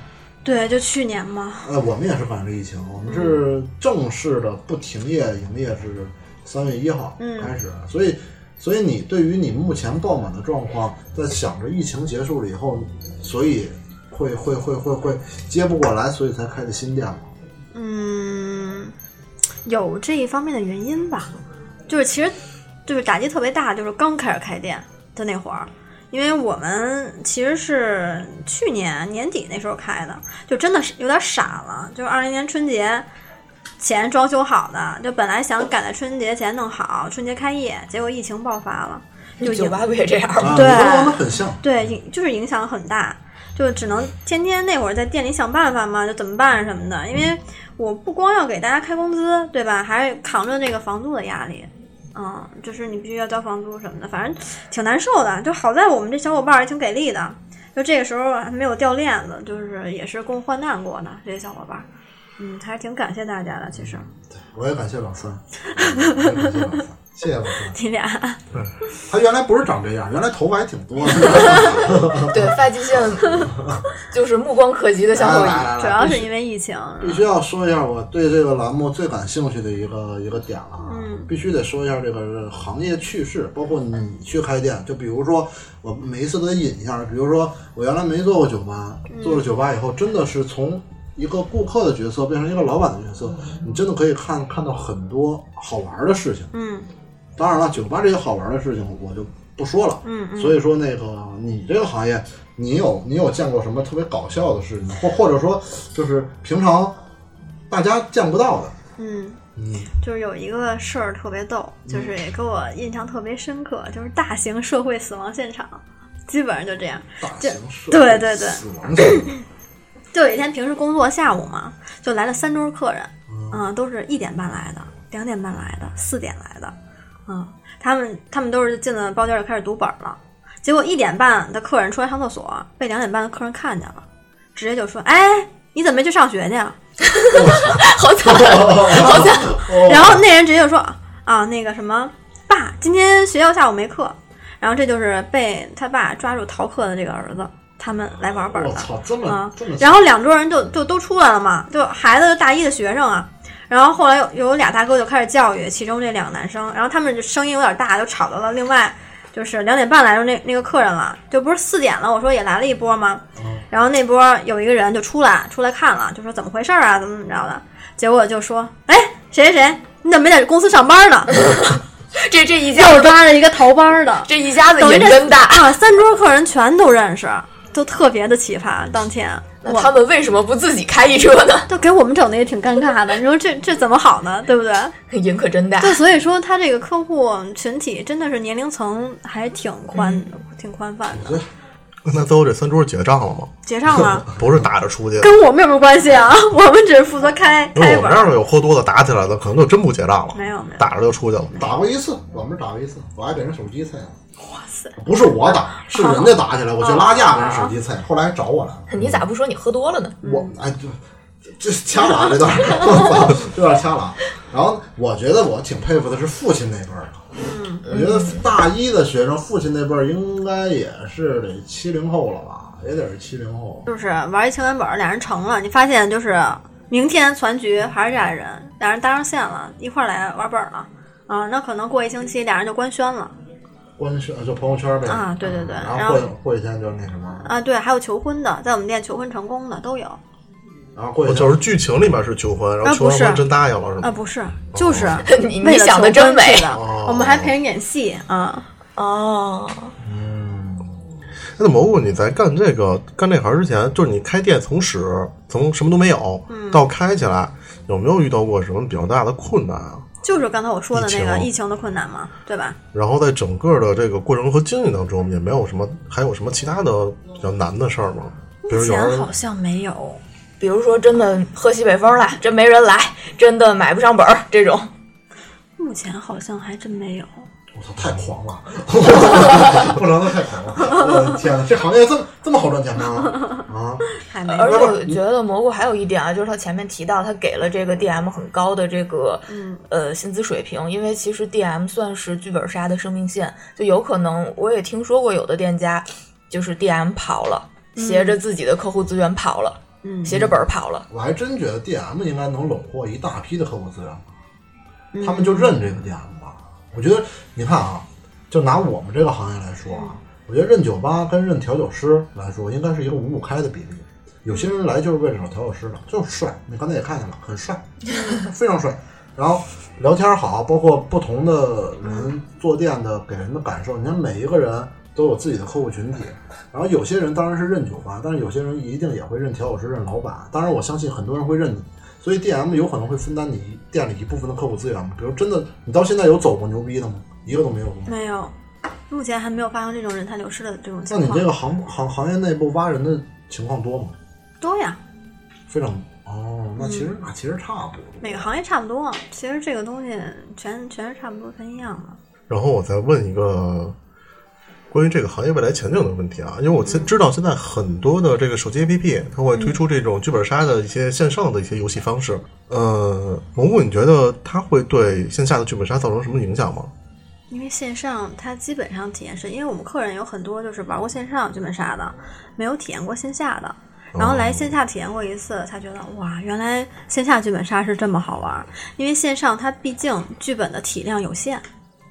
Speaker 4: 对，就去年嘛，
Speaker 1: 呃，我们也是赶着疫情，我们是正式的不停业营业是三月一号
Speaker 4: 嗯
Speaker 1: 开始，啊所以所以你对于你目前爆满的状况，在想着疫情结束了以后，所以会会会会会接不过来，所以才开的新店嘛。
Speaker 4: 嗯，有这一方面的原因吧，就是其实就是打击特别大，就是刚开始开店的那会儿，因为我们其实是去年年底那时候开的，就真的是有点傻了，就是二零年春节。前装修好的，就本来想赶在春节前弄好，春节开业，结果疫情爆发了，就
Speaker 3: 酒
Speaker 4: 影
Speaker 3: 吧不也这样吗？
Speaker 1: 啊，
Speaker 4: 对
Speaker 1: 你跟我们很像。
Speaker 4: 对，影就是影响很大，就只能天天那会儿在店里想办法嘛，就怎么办什么的。因为我不光要给大家开工资，对吧？还扛着那个房租的压力，嗯，就是你必须要交房租什么的，反正挺难受的。就好在我们这小伙伴儿也挺给力的，就这个时候还没有掉链子，就是也是共患难过的这些小伙伴儿，嗯，还是挺感谢大家的。其实
Speaker 1: 我也感谢老三，我也感谢老三，谢谢老三。
Speaker 4: 你俩
Speaker 1: 他原来不是长这样，原来头发还挺多的。
Speaker 3: 对，发际线就是目光可及的向后
Speaker 1: 来
Speaker 3: 移。
Speaker 1: 来来
Speaker 4: 主要是因为疫情，
Speaker 1: 必须要说一下我对这个栏目最感兴趣的一个一个点了、啊，
Speaker 4: 嗯
Speaker 1: 必须得说一下这个行业趣事，包括你去开店，就比如说我每一次都得引一下，比如说我原来没做过酒吧，做了酒吧以后，真的是从一个顾客的角色变成一个老板的角色，你真的可以看看到很多好玩的事情。
Speaker 4: 嗯
Speaker 1: 当然了，酒吧这些好玩的事情我就不说了。
Speaker 4: 嗯嗯，
Speaker 1: 所以说，那个你这个行业，你有你有见过什么特别搞笑的事情，或或者说就是平常大家见不到的？
Speaker 4: 嗯。
Speaker 1: 嗯，
Speaker 4: 就是有一个事儿特别逗，就是也给我印象特别深刻，就是大型社会死亡现场，基本上就这样。
Speaker 1: 大型社
Speaker 4: 对对对
Speaker 1: 死 亡现
Speaker 4: 就有一天平时工作下午嘛，就来了三桌客人，嗯，都是一点半来的，两点半来的，四点来的，嗯，他们他们都是进了包间就开始读本了，结果一点半的客人出来上厕所，被两点半的客人看见了，直接就说：“哎，你怎么没去上学去啊？”
Speaker 3: 好惨，啊好惨！
Speaker 1: 哦
Speaker 4: 然后那人直接就说啊，那个什么，爸，今天学校下午没课。然后这就是被他爸抓住逃课的这个儿子，他们来玩本
Speaker 1: 我
Speaker 4: 了
Speaker 1: 操，这么、
Speaker 4: 啊
Speaker 1: 嗯这么。
Speaker 4: 然后两桌人就就都出来了嘛，就孩子大一的学生啊。然后后来有有俩大哥就开始教育其中这两个男生，然后他们就声音有点大，就吵到了另外就是两点半来的那那个客人了，就不是四点了，我说也来了一波吗？
Speaker 1: 嗯
Speaker 4: 然后那波有一个人就出来出来看了，就说怎么回事儿啊，怎么怎么着的，结果就说，哎，谁谁谁，你怎么没在公司上班呢？
Speaker 3: 这这一家
Speaker 4: 又
Speaker 3: 子，
Speaker 4: 抓着一个逃班儿的，
Speaker 3: 这一家子
Speaker 4: 等于
Speaker 3: 瘾
Speaker 4: 这
Speaker 3: 真大。
Speaker 4: 啊，三桌客人全都认识，都特别的奇葩。当天
Speaker 3: 那
Speaker 4: 我
Speaker 3: 他们为什么不自己开一车呢？
Speaker 4: 就给我们整的也挺尴尬的，你 说这这怎么好呢？对不对？
Speaker 3: 瘾可真大。
Speaker 4: 对，所以说他这个客户群体真的是年龄层还挺宽，
Speaker 2: 嗯
Speaker 4: 挺宽泛的。
Speaker 2: 那最后这三桌结账了吗？
Speaker 4: 结账了，
Speaker 2: 不是打着出去，
Speaker 4: 跟我们有什么关系啊？ 我们只是负责开
Speaker 2: 因为
Speaker 4: 开
Speaker 2: 我们
Speaker 4: 本儿。
Speaker 2: 要是有喝多的打起来的，可能就真不结账了。
Speaker 4: 没有没有
Speaker 2: 打着就出去了。
Speaker 1: 打过一次，我们打过一次，我还给人手机菜了。哇塞！不是我打，是人家打起来，我
Speaker 4: 啊
Speaker 1: 去拉架给人手机菜，后来还找我来了。
Speaker 3: 你咋不说你喝多了呢？
Speaker 4: 嗯
Speaker 1: 我哎，就这掐了啊这段儿， 我操，这段儿掐了啊。然后我觉得我挺佩服的是父亲那辈儿的，
Speaker 4: 嗯
Speaker 1: 我觉得大一的学生父亲那辈儿应该也是得七零后了吧，也得是七零后。
Speaker 4: 就是玩一情感本儿，俩人成了，你发现就是明天攒局还是这俩人，俩人搭上线了，一块儿来玩本儿了。啊，那可能过一星期俩人就官宣了
Speaker 1: 官宣就朋友圈呗嗯
Speaker 4: 啊对对对
Speaker 1: 然
Speaker 4: 然
Speaker 1: 后过
Speaker 4: 后
Speaker 1: 一过几天就那什么，
Speaker 4: 啊，对，还有求婚的，在我们店求婚成功的都有
Speaker 1: 然后过
Speaker 2: 我
Speaker 1: 几天
Speaker 2: 就是剧情里面是求婚，然后
Speaker 4: 啊
Speaker 2: 求完
Speaker 4: 不是
Speaker 2: 婚真答应了是
Speaker 4: 啊，
Speaker 2: 吗？
Speaker 4: 不是，就是
Speaker 3: 你
Speaker 4: 为
Speaker 3: 你
Speaker 4: 了
Speaker 3: 想的
Speaker 4: 求婚
Speaker 3: 真美
Speaker 4: 去的
Speaker 2: 哦
Speaker 4: 我们还陪人演戏啊，
Speaker 3: 哦，
Speaker 1: 嗯
Speaker 2: 那蘑菇，你在干这个干这行之前，就是你开店从始从什么都没有到开起来，有没有遇到过什么比较大的困难啊？
Speaker 4: 就是刚才我说的那个
Speaker 2: 疫情
Speaker 4: 疫情的困难嘛，对吧？
Speaker 2: 然后在整个的这个过程和经历当中，也没有什么，还有什么其他的比较难的事儿吗？比如有
Speaker 4: 钱
Speaker 2: 人
Speaker 4: 好像没有，
Speaker 3: 比如说真的喝西北风了，真没人来，真的买不上本儿这种。
Speaker 4: 目前好像还真没有。
Speaker 1: 我操，太狂了！ 不能太狂了！我的天哪，这行业这么这么好赚钱吗？啊，
Speaker 4: 还没
Speaker 3: 而
Speaker 4: 有。
Speaker 3: 且我觉得蘑菇还有一点啊，就是他前面提到他给了这个 DM 很高的这个、
Speaker 4: 嗯
Speaker 3: 呃薪资水平，因为其实 DM 算是剧本杀的生命线，就有可能我也听说过有的店家就是 DM 跑了，携着自己的客户资源跑了，
Speaker 4: 嗯
Speaker 3: 携着本儿跑了。
Speaker 1: 我还真觉得 DM 应该能笼获一大批的客户资源，他们就认这个 DM 吧。我觉得你看啊，就拿我们这个行业来说啊，我觉得认酒吧跟认调酒师来说，应该是一个五五开的比例。有些人来就是为了找调酒师的，就是帅，你刚才也看见了，很帅，非常帅。然后聊天好，包括不同的人坐店的给人的感受，你看每一个人都有自己的客户群体。然后有些人当然是认酒吧，但是有些人一定也会认调酒师、认老板。当然，我相信很多人会认你，所以 DM 有可能会分担你店里一部分的客户资源。比如真的，你到现在有走过牛逼的吗？一个都没有吗？
Speaker 4: 没有，目前还没有发生这种人才流失的这种
Speaker 1: 那
Speaker 4: 情
Speaker 1: 你这
Speaker 4: 况。
Speaker 1: 个行行行业内部挖人的情况多吗？
Speaker 4: 多呀，
Speaker 1: 非常哦，那其实、
Speaker 3: 嗯
Speaker 1: 那其实差不多。
Speaker 4: 每个行业差不多。其实这个东西全全是差不多，全一样的。
Speaker 2: 然后我再问一个关于这个行业未来前景的问题啊，因为我现知道现在很多的这个手机 APP 它会推出这种剧本杀的一些线上的一些游戏方式。呃，蘑菇，你觉得它会对线下的剧本杀造成什么影响吗？
Speaker 4: 因为线上它基本上体验是，因为我们客人有很多就是玩过线上剧本杀的，没有体验过线下的，然后来线下体验过一次，才觉得哇，原来线下剧本杀是这么好玩儿。因为线上它毕竟剧本的体量有限，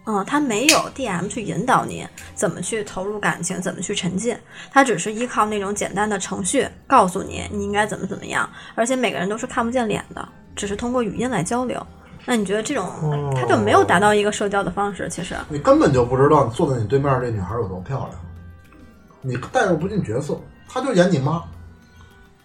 Speaker 4: 嗯，它没有 DM 去引导你怎么去投入感情，怎么去沉浸，它只是依靠那种简单的程序告诉你你应该怎么怎么样，而且每个人都是看不见脸的，只是通过语音来交流。那你觉得这种，它就没有达到一个社交的方式，其实。
Speaker 1: 你根本就不知道你坐在你对面这女孩有多漂亮，你代入不进角色，她就演你妈。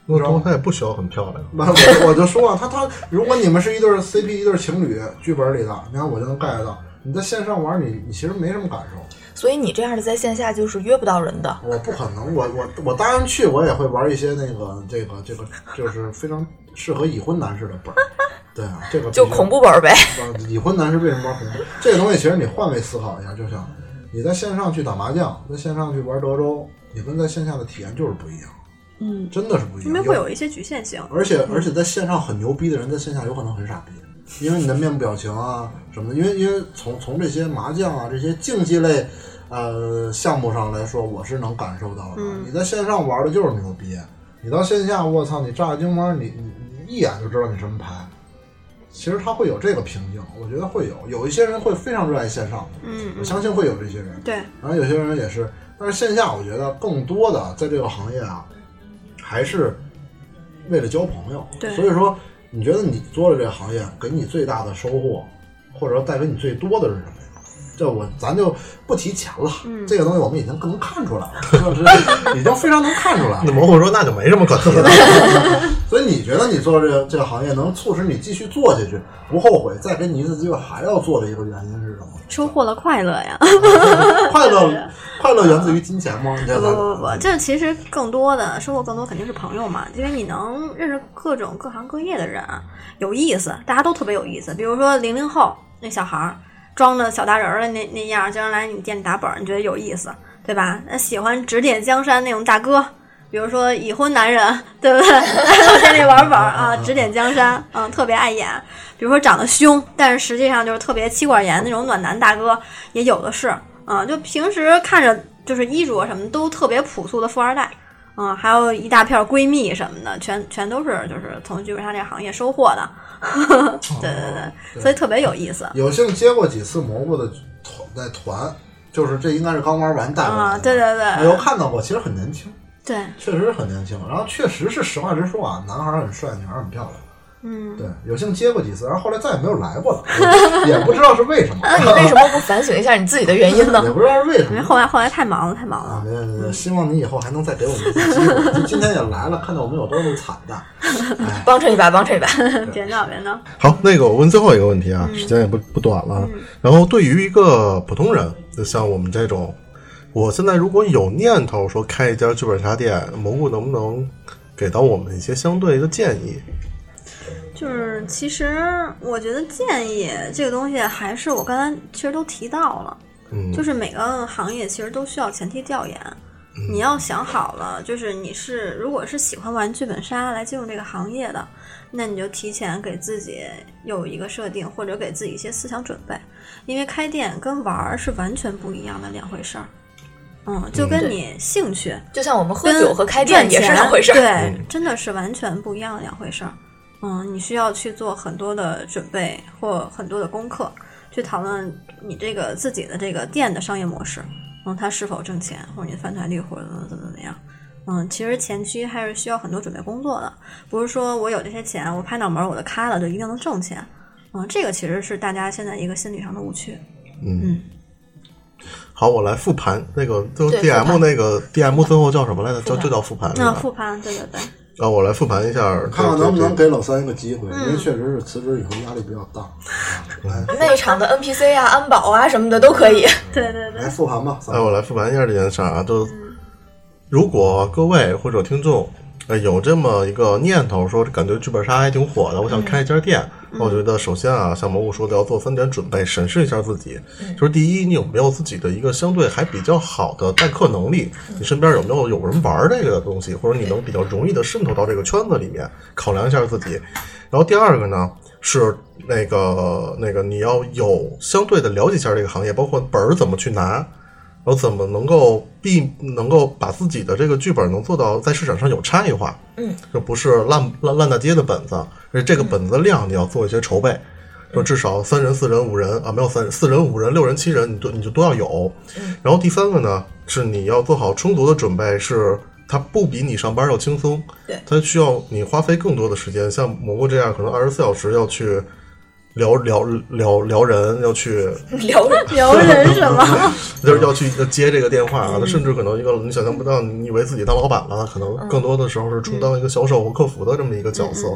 Speaker 2: 那然后它也不需要很漂亮。
Speaker 1: 完了，我我就说啊，他他，如果你们是一对儿 CP 一对儿情侣，剧本里的，你看我就能 get 到。你在线上玩你，你其实没什么感受。
Speaker 3: 所以你这样的在线下就是约不到人
Speaker 4: 哎
Speaker 3: 的。
Speaker 1: 我不可能，我我我当然去，我也会玩一些那个这个这个，就是非常适合已婚男士的本儿。对啊，这个
Speaker 3: 就恐怖本儿 呗，
Speaker 1: 呃，已婚男士为什么玩恐怖？这个东西其实你换位思考一下，就像你在线上去打麻将，在线上去玩德州，你跟在线下的体验就是不一样。嗯，真的是不一样。
Speaker 4: 因为会有一些局限性。
Speaker 1: 而且而且在线上很牛逼的人，在线下有可能很傻逼，因为你的面部表情啊什么的，因为因为从从这些麻将啊这些竞技类呃项目上来说，我是能感受到的。
Speaker 4: 嗯
Speaker 1: 你在线上玩的就是牛逼，你到线下，我操，你炸个金花，你你你一眼就知道你什么牌。其实他会有这个瓶颈，我觉得会有，有一些人会非常热爱线上，
Speaker 4: 嗯，
Speaker 1: 我相信会有这些人。
Speaker 4: 对，
Speaker 1: 然后有些人也是，但是线下我觉得更多的在这个行业啊，还是为了交朋友。
Speaker 4: 对
Speaker 1: 所以说你觉得你做了这个行业，给你最大的收获，或者说带给你最多的是什么呀？这我咱就不提钱了，
Speaker 4: 嗯
Speaker 1: 这个东西我们已经能看出来了，就是已 经非常能看出来
Speaker 2: 那
Speaker 1: 了。
Speaker 2: 蘑菇说那就没什么可提
Speaker 1: 嗯
Speaker 2: 的，
Speaker 1: 所以你觉得你做这个这个行业能促使你继续做下去，不后悔，再给你一次机会还要做的一个原因是什么？
Speaker 4: 收获了快乐呀！
Speaker 1: 快 乐，快乐源自于金钱吗？你觉
Speaker 4: 不
Speaker 1: 得
Speaker 4: 不不不，这其实更多的收获更多肯定是朋友嘛，因为你能认识各种各行各业的人，有意思，大家都特别有意思。比如说零零后那小孩儿装的小大人儿的那那样儿，经常来你店里打本儿，你觉得有意思，对吧？那喜欢指点江山那种大哥。比如说已婚男人，对不对？ 来我店里玩本儿啊，指点江山，嗯，特别碍眼。比如说长得凶，但是实际上就是特别妻管严那种暖男大哥也有的是，啊，就平时看着就是衣着什么都特别朴素的富二代，啊，还有一大片闺蜜什么的，全全都是就是从剧本杀这个行业收获的，对对对，
Speaker 1: 对
Speaker 4: 所以特别有意思。
Speaker 1: 有幸接过几次蘑菇的团，在团，就是这应该是刚玩完带过来
Speaker 4: 啊，
Speaker 1: 的
Speaker 4: 对对
Speaker 1: 我又
Speaker 4: 对
Speaker 1: 看到过，其实很年轻，
Speaker 4: 对，
Speaker 1: 确实很年轻。然后确实是实话实说啊，男孩儿很帅，女孩儿很漂亮。
Speaker 4: 嗯，
Speaker 1: 对，有幸接过几次，然后后来再也没有来过了， 我也不知道是为什么，
Speaker 3: 那你为什么不反省一下你自己的原 因呢？
Speaker 1: 也不知道是为什
Speaker 4: 因为
Speaker 1: 么。
Speaker 4: 后来后来太忙了，太忙
Speaker 1: 啊，
Speaker 4: 了。
Speaker 1: 没有没有，希望你以后还能再给我们一次机会。就今天也来了，看到我们有多么惨淡，哎，
Speaker 3: 帮衬一把，帮衬一把。
Speaker 4: 别闹别闹，
Speaker 2: 好，那个我问最后一个问题啊，时间也不不短了。然后对于一个普通人，就像我们这种，我现在如果有念头说开一家剧本杀店，蘑菇能不能给到我们一些相对的建议？
Speaker 4: 就是其实我觉得建议这个东西还是我刚才其实都提到了，
Speaker 2: 嗯，
Speaker 4: 就是每个行业其实都需要前期调研，
Speaker 2: 嗯
Speaker 4: 你要想好了，就是你是如果是喜欢玩剧本杀来进入这个行业的，那你就提前给自己有一个设定，或者给自己一些思想准备，因为开店跟玩儿是完全不一样的两回事儿。嗯，就跟你兴趣、
Speaker 3: 就像我们喝
Speaker 4: 跟
Speaker 3: 酒和开店也是两回事
Speaker 4: 赚
Speaker 3: 儿。
Speaker 4: 钱对
Speaker 2: 嗯，
Speaker 4: 真的是完全不一样的两回事儿。嗯，你需要去做很多的准备或很多的功课，去讨论你这个自己的这个店的商业模式，嗯，它是否挣钱，或者你的翻台率，或者怎么怎么怎么样。嗯，其实前期还是需要很多准备工作的，不是说我有这些钱，我拍脑门儿我就开了，就一定能挣钱。嗯，这个其实是大家现在一个心理上的误区。
Speaker 2: 嗯。好，我来复盘那个，就
Speaker 3: 对
Speaker 2: D
Speaker 3: 复
Speaker 2: M
Speaker 3: 盘
Speaker 2: 那个 D M 最后叫什么来着？
Speaker 3: 复
Speaker 2: 叫
Speaker 3: 盘
Speaker 2: 就叫复盘是
Speaker 4: 那
Speaker 2: 吧？
Speaker 4: 复盘，对对对，
Speaker 2: 啊，我来复盘一下，
Speaker 1: 看看
Speaker 2: 对
Speaker 1: 能不
Speaker 2: 对
Speaker 1: 能
Speaker 2: 对
Speaker 1: 给老三一个机会，因
Speaker 4: 嗯
Speaker 1: 为确实是辞职以后压力比较大。来
Speaker 3: 内场的 NPC 啊、安保啊什么的都可 以。
Speaker 4: 对对对
Speaker 1: 来，复盘吧，三
Speaker 2: 哎，我来复盘一下这件事儿啊，就如果各位或者听众。呃，有这么一个念头，说感觉剧本杀还挺火的，我想开一家店。那我觉得首先啊，像蘑菇说的，要做三点准备，审视一下自己。就是第一，你有没有自己的一个相对还比较好的代课能力？你身边有没有有人玩这个东西，或者你能比较容易的渗透到这个圈子里面？考量一下自己。然后第二个呢，是那个那个你要有相对的了解一下这个行业，包括本儿怎么去拿。然后怎么能够避能够把自己的这个剧本能做到在市场上有差异化？
Speaker 3: 嗯，
Speaker 2: 就不是烂烂烂大街的本子，而且这个本子的量你要做一些筹备，
Speaker 3: 嗯
Speaker 2: 就至少三人、四人、五人啊，没有三人、四人、五人、六人、七人，你都你就都要有。
Speaker 3: 嗯
Speaker 2: 然后第三个呢，是你要做好充足的准备，是它不比你上班要轻松，
Speaker 3: 对
Speaker 2: 它需要你花费更多的时间，像蘑菇这样可能二十四小时要去聊聊聊聊人，要去
Speaker 3: 聊人
Speaker 4: 留 人什 么？
Speaker 2: 就是要去接这个电话啊，他甚至可能一个你想象不到，你以为自己当老板了，可能更多的时候是充当一个销售和客服的这么一个角色，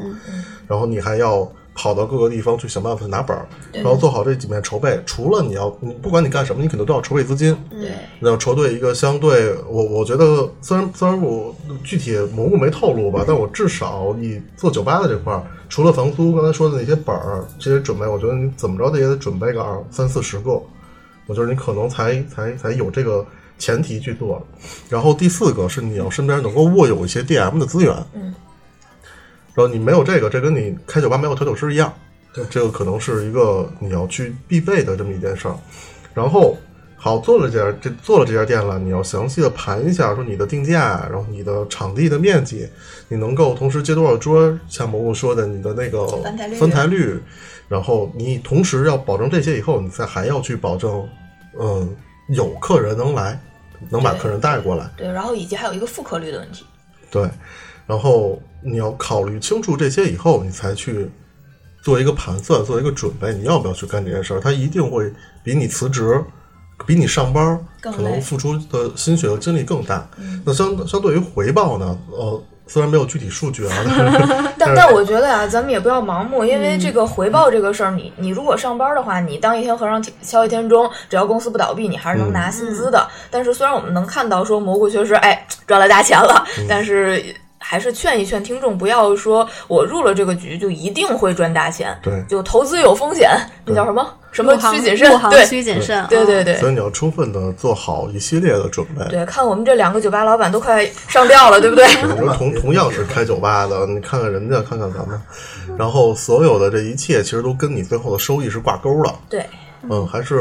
Speaker 2: 然后你还要跑到各个地方去想办法拿本儿，然后做好这几面筹备。除了你要，你不管你干什么，你肯定都要筹备资金，
Speaker 4: 嗯
Speaker 3: 对，
Speaker 2: 你要筹备一个相对，我我觉得虽然虽然我具体蘑菇没透露吧，但我至少你做酒吧的这块儿，除了房租刚才说的那些本儿这些准备，我觉得你怎么着得也得准备个二三四十个，我觉得你可能才才才有这个前提去做。然后第四个是你要身边能够握有一些 DM 的资源，
Speaker 3: 嗯，
Speaker 2: 然后你没有这个，这跟你开酒吧没有调酒师一样，
Speaker 1: 对
Speaker 2: 这个可能是一个你要去必备的这么一件事儿。然后好做了这家这做了这家店了，你要详细的盘一下，说你的定价，然后你的场地的面积，你能够同时接多少桌，像蘑菇说的，你的那个
Speaker 3: 翻台率
Speaker 2: 翻台率，然后你同时要保证这些以后，你再还要去保证，嗯，有客人能来，能把
Speaker 3: 对
Speaker 2: 客人带过来。
Speaker 3: 对，然后以及还有一个复客率的问题。
Speaker 2: 对，然后你要考虑清楚这些以后，你才去做一个盘算，做一个准备，你要不要去干这件事儿？他一定会比你辞职，比你上班儿
Speaker 3: 更
Speaker 2: 可能
Speaker 3: 累
Speaker 2: 付出的心血和精力更大。那相相对于回报呢？呃，虽然没有具体数据啊，但是
Speaker 3: 但但我觉得啊，咱们也不要盲目，因为这个回报这个事儿，你
Speaker 4: 嗯
Speaker 3: 你如果上班的话，你当一天和尚敲一天钟，只要公司不倒闭，你还是能
Speaker 4: 嗯
Speaker 3: 拿薪资的。但是虽然我们能看到说蘑菇确实哎赚了大钱了，
Speaker 4: 嗯
Speaker 3: 但是。还是劝一劝听众，不要说我入了这个局就一定会赚大钱。
Speaker 2: 对
Speaker 3: 就投资有风险，那叫什么什么
Speaker 4: 入行
Speaker 3: 需谨慎
Speaker 4: 入。行
Speaker 3: 对，
Speaker 4: 需谨慎，
Speaker 3: 对
Speaker 4: 嗯
Speaker 3: 对对
Speaker 2: 所以你要充分的做好一系列的准备。
Speaker 3: 对，看我们这两个酒吧老板都快上吊了，对不对？
Speaker 2: 我们同同样是开酒吧的，你看看人家，看看咱们，然后所有的这一切其实都跟你最后的收益是挂钩的。
Speaker 3: 对，
Speaker 2: 嗯，还是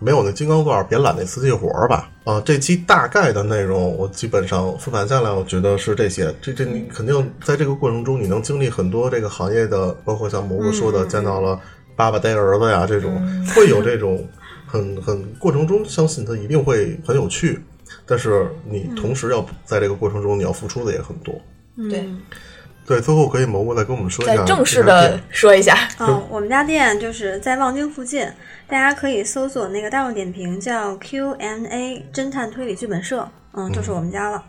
Speaker 2: 没有那金刚钻，别揽那瓷器活儿吧。啊，这期大概的内容我基本上复盘下来，我觉得是这些。这这你肯定在这个过程中，你能经历很多这个行业的，包括像蘑菇说
Speaker 3: 嗯
Speaker 2: 的，见到了爸爸带儿子呀这种，会有这种很很过程中，相信它一定会很有趣。但是你同时要在这个过程中，你要付出的也很多。
Speaker 3: 对
Speaker 4: 嗯
Speaker 2: 对，最后可以蘑菇再跟我们说一
Speaker 3: 再
Speaker 2: 下
Speaker 3: 正式
Speaker 2: 这家
Speaker 3: 的
Speaker 2: 店
Speaker 3: 说一下，
Speaker 4: 嗯，我们家店就是在望京附近，大家可以搜索那个大众点评叫 Q&A 侦探推理剧本社，嗯，就是我们家了。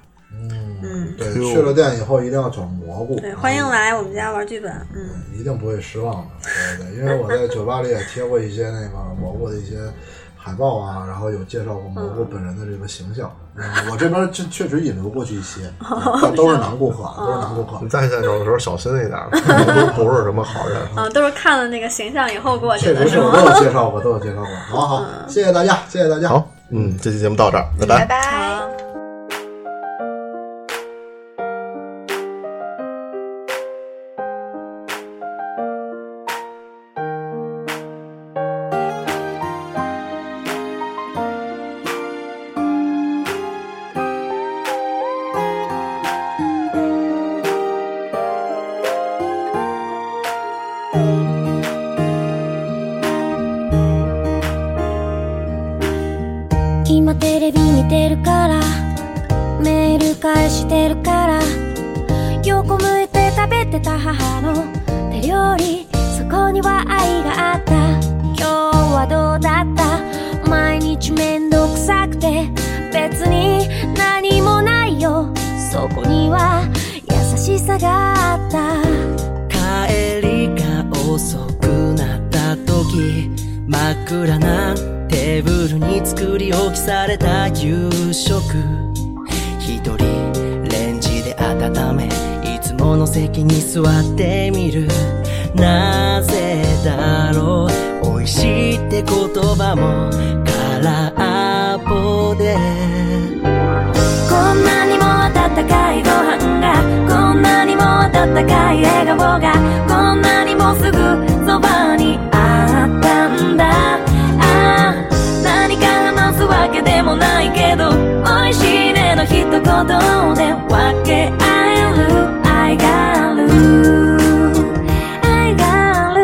Speaker 4: 嗯，
Speaker 1: 对，
Speaker 2: 就
Speaker 1: 去了店以后一定要找蘑菇，嗯
Speaker 4: 对，欢迎来我们家玩剧本。嗯，
Speaker 1: 一定不会失望的。对对，因为我在酒吧里也贴过一些那个蘑菇的一些海报啊，然后有介绍过蘑
Speaker 4: 嗯
Speaker 1: 菇本人的这个形象。嗯我这边确确实引流过去一些，
Speaker 4: 哦
Speaker 1: 嗯但都是男顾客，啊都是男顾客
Speaker 2: 你。在线手的时候小心一点 儿，都不是什么好人。
Speaker 4: 嗯，都是看了那个形象以后过去
Speaker 1: 确
Speaker 4: 的
Speaker 1: 实
Speaker 4: 是
Speaker 1: 是我
Speaker 4: 吗？
Speaker 1: 都有介绍过，都有介绍过。好
Speaker 4: 嗯
Speaker 1: 好，谢谢大家，谢谢大家。
Speaker 2: 好，嗯，这期节目到这儿，拜拜
Speaker 3: 拜。拜。
Speaker 4: 好
Speaker 5: 今テレビ見てるからメール返してるから横向いて食べてた母の手料理そこには愛があった今日はどうだった毎日めんどくさくて別に何もないよそこには優しさがあった
Speaker 6: 帰りが遅くなった時真っ暗なテーブルに作り置きされた夕食一人レンジで温めいつもの席に座ってみるなぜだろう美味しいって言葉も空っぽで
Speaker 5: こんなにも温かいご飯がこんなにも温かい笑顔がこんなにもすぐそばにあったんだああ何か話すわけでもないけど美味しいねの一言で分け合える愛がある愛がある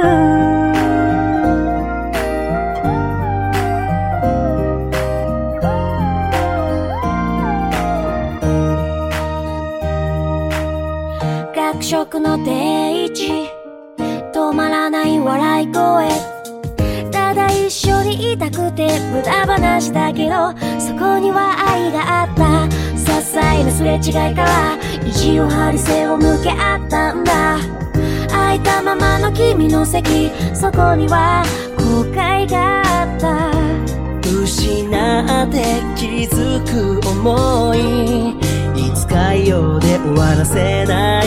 Speaker 5: 学食の定位置止まらない笑い声ただ一緒にいたくて無駄話だけどそこには愛があった些細なすれ違いから意地を張り背を向け合ったんだ空いたままの君の席そこには後悔があった
Speaker 6: 失って気づく思いいつかようで終わらせない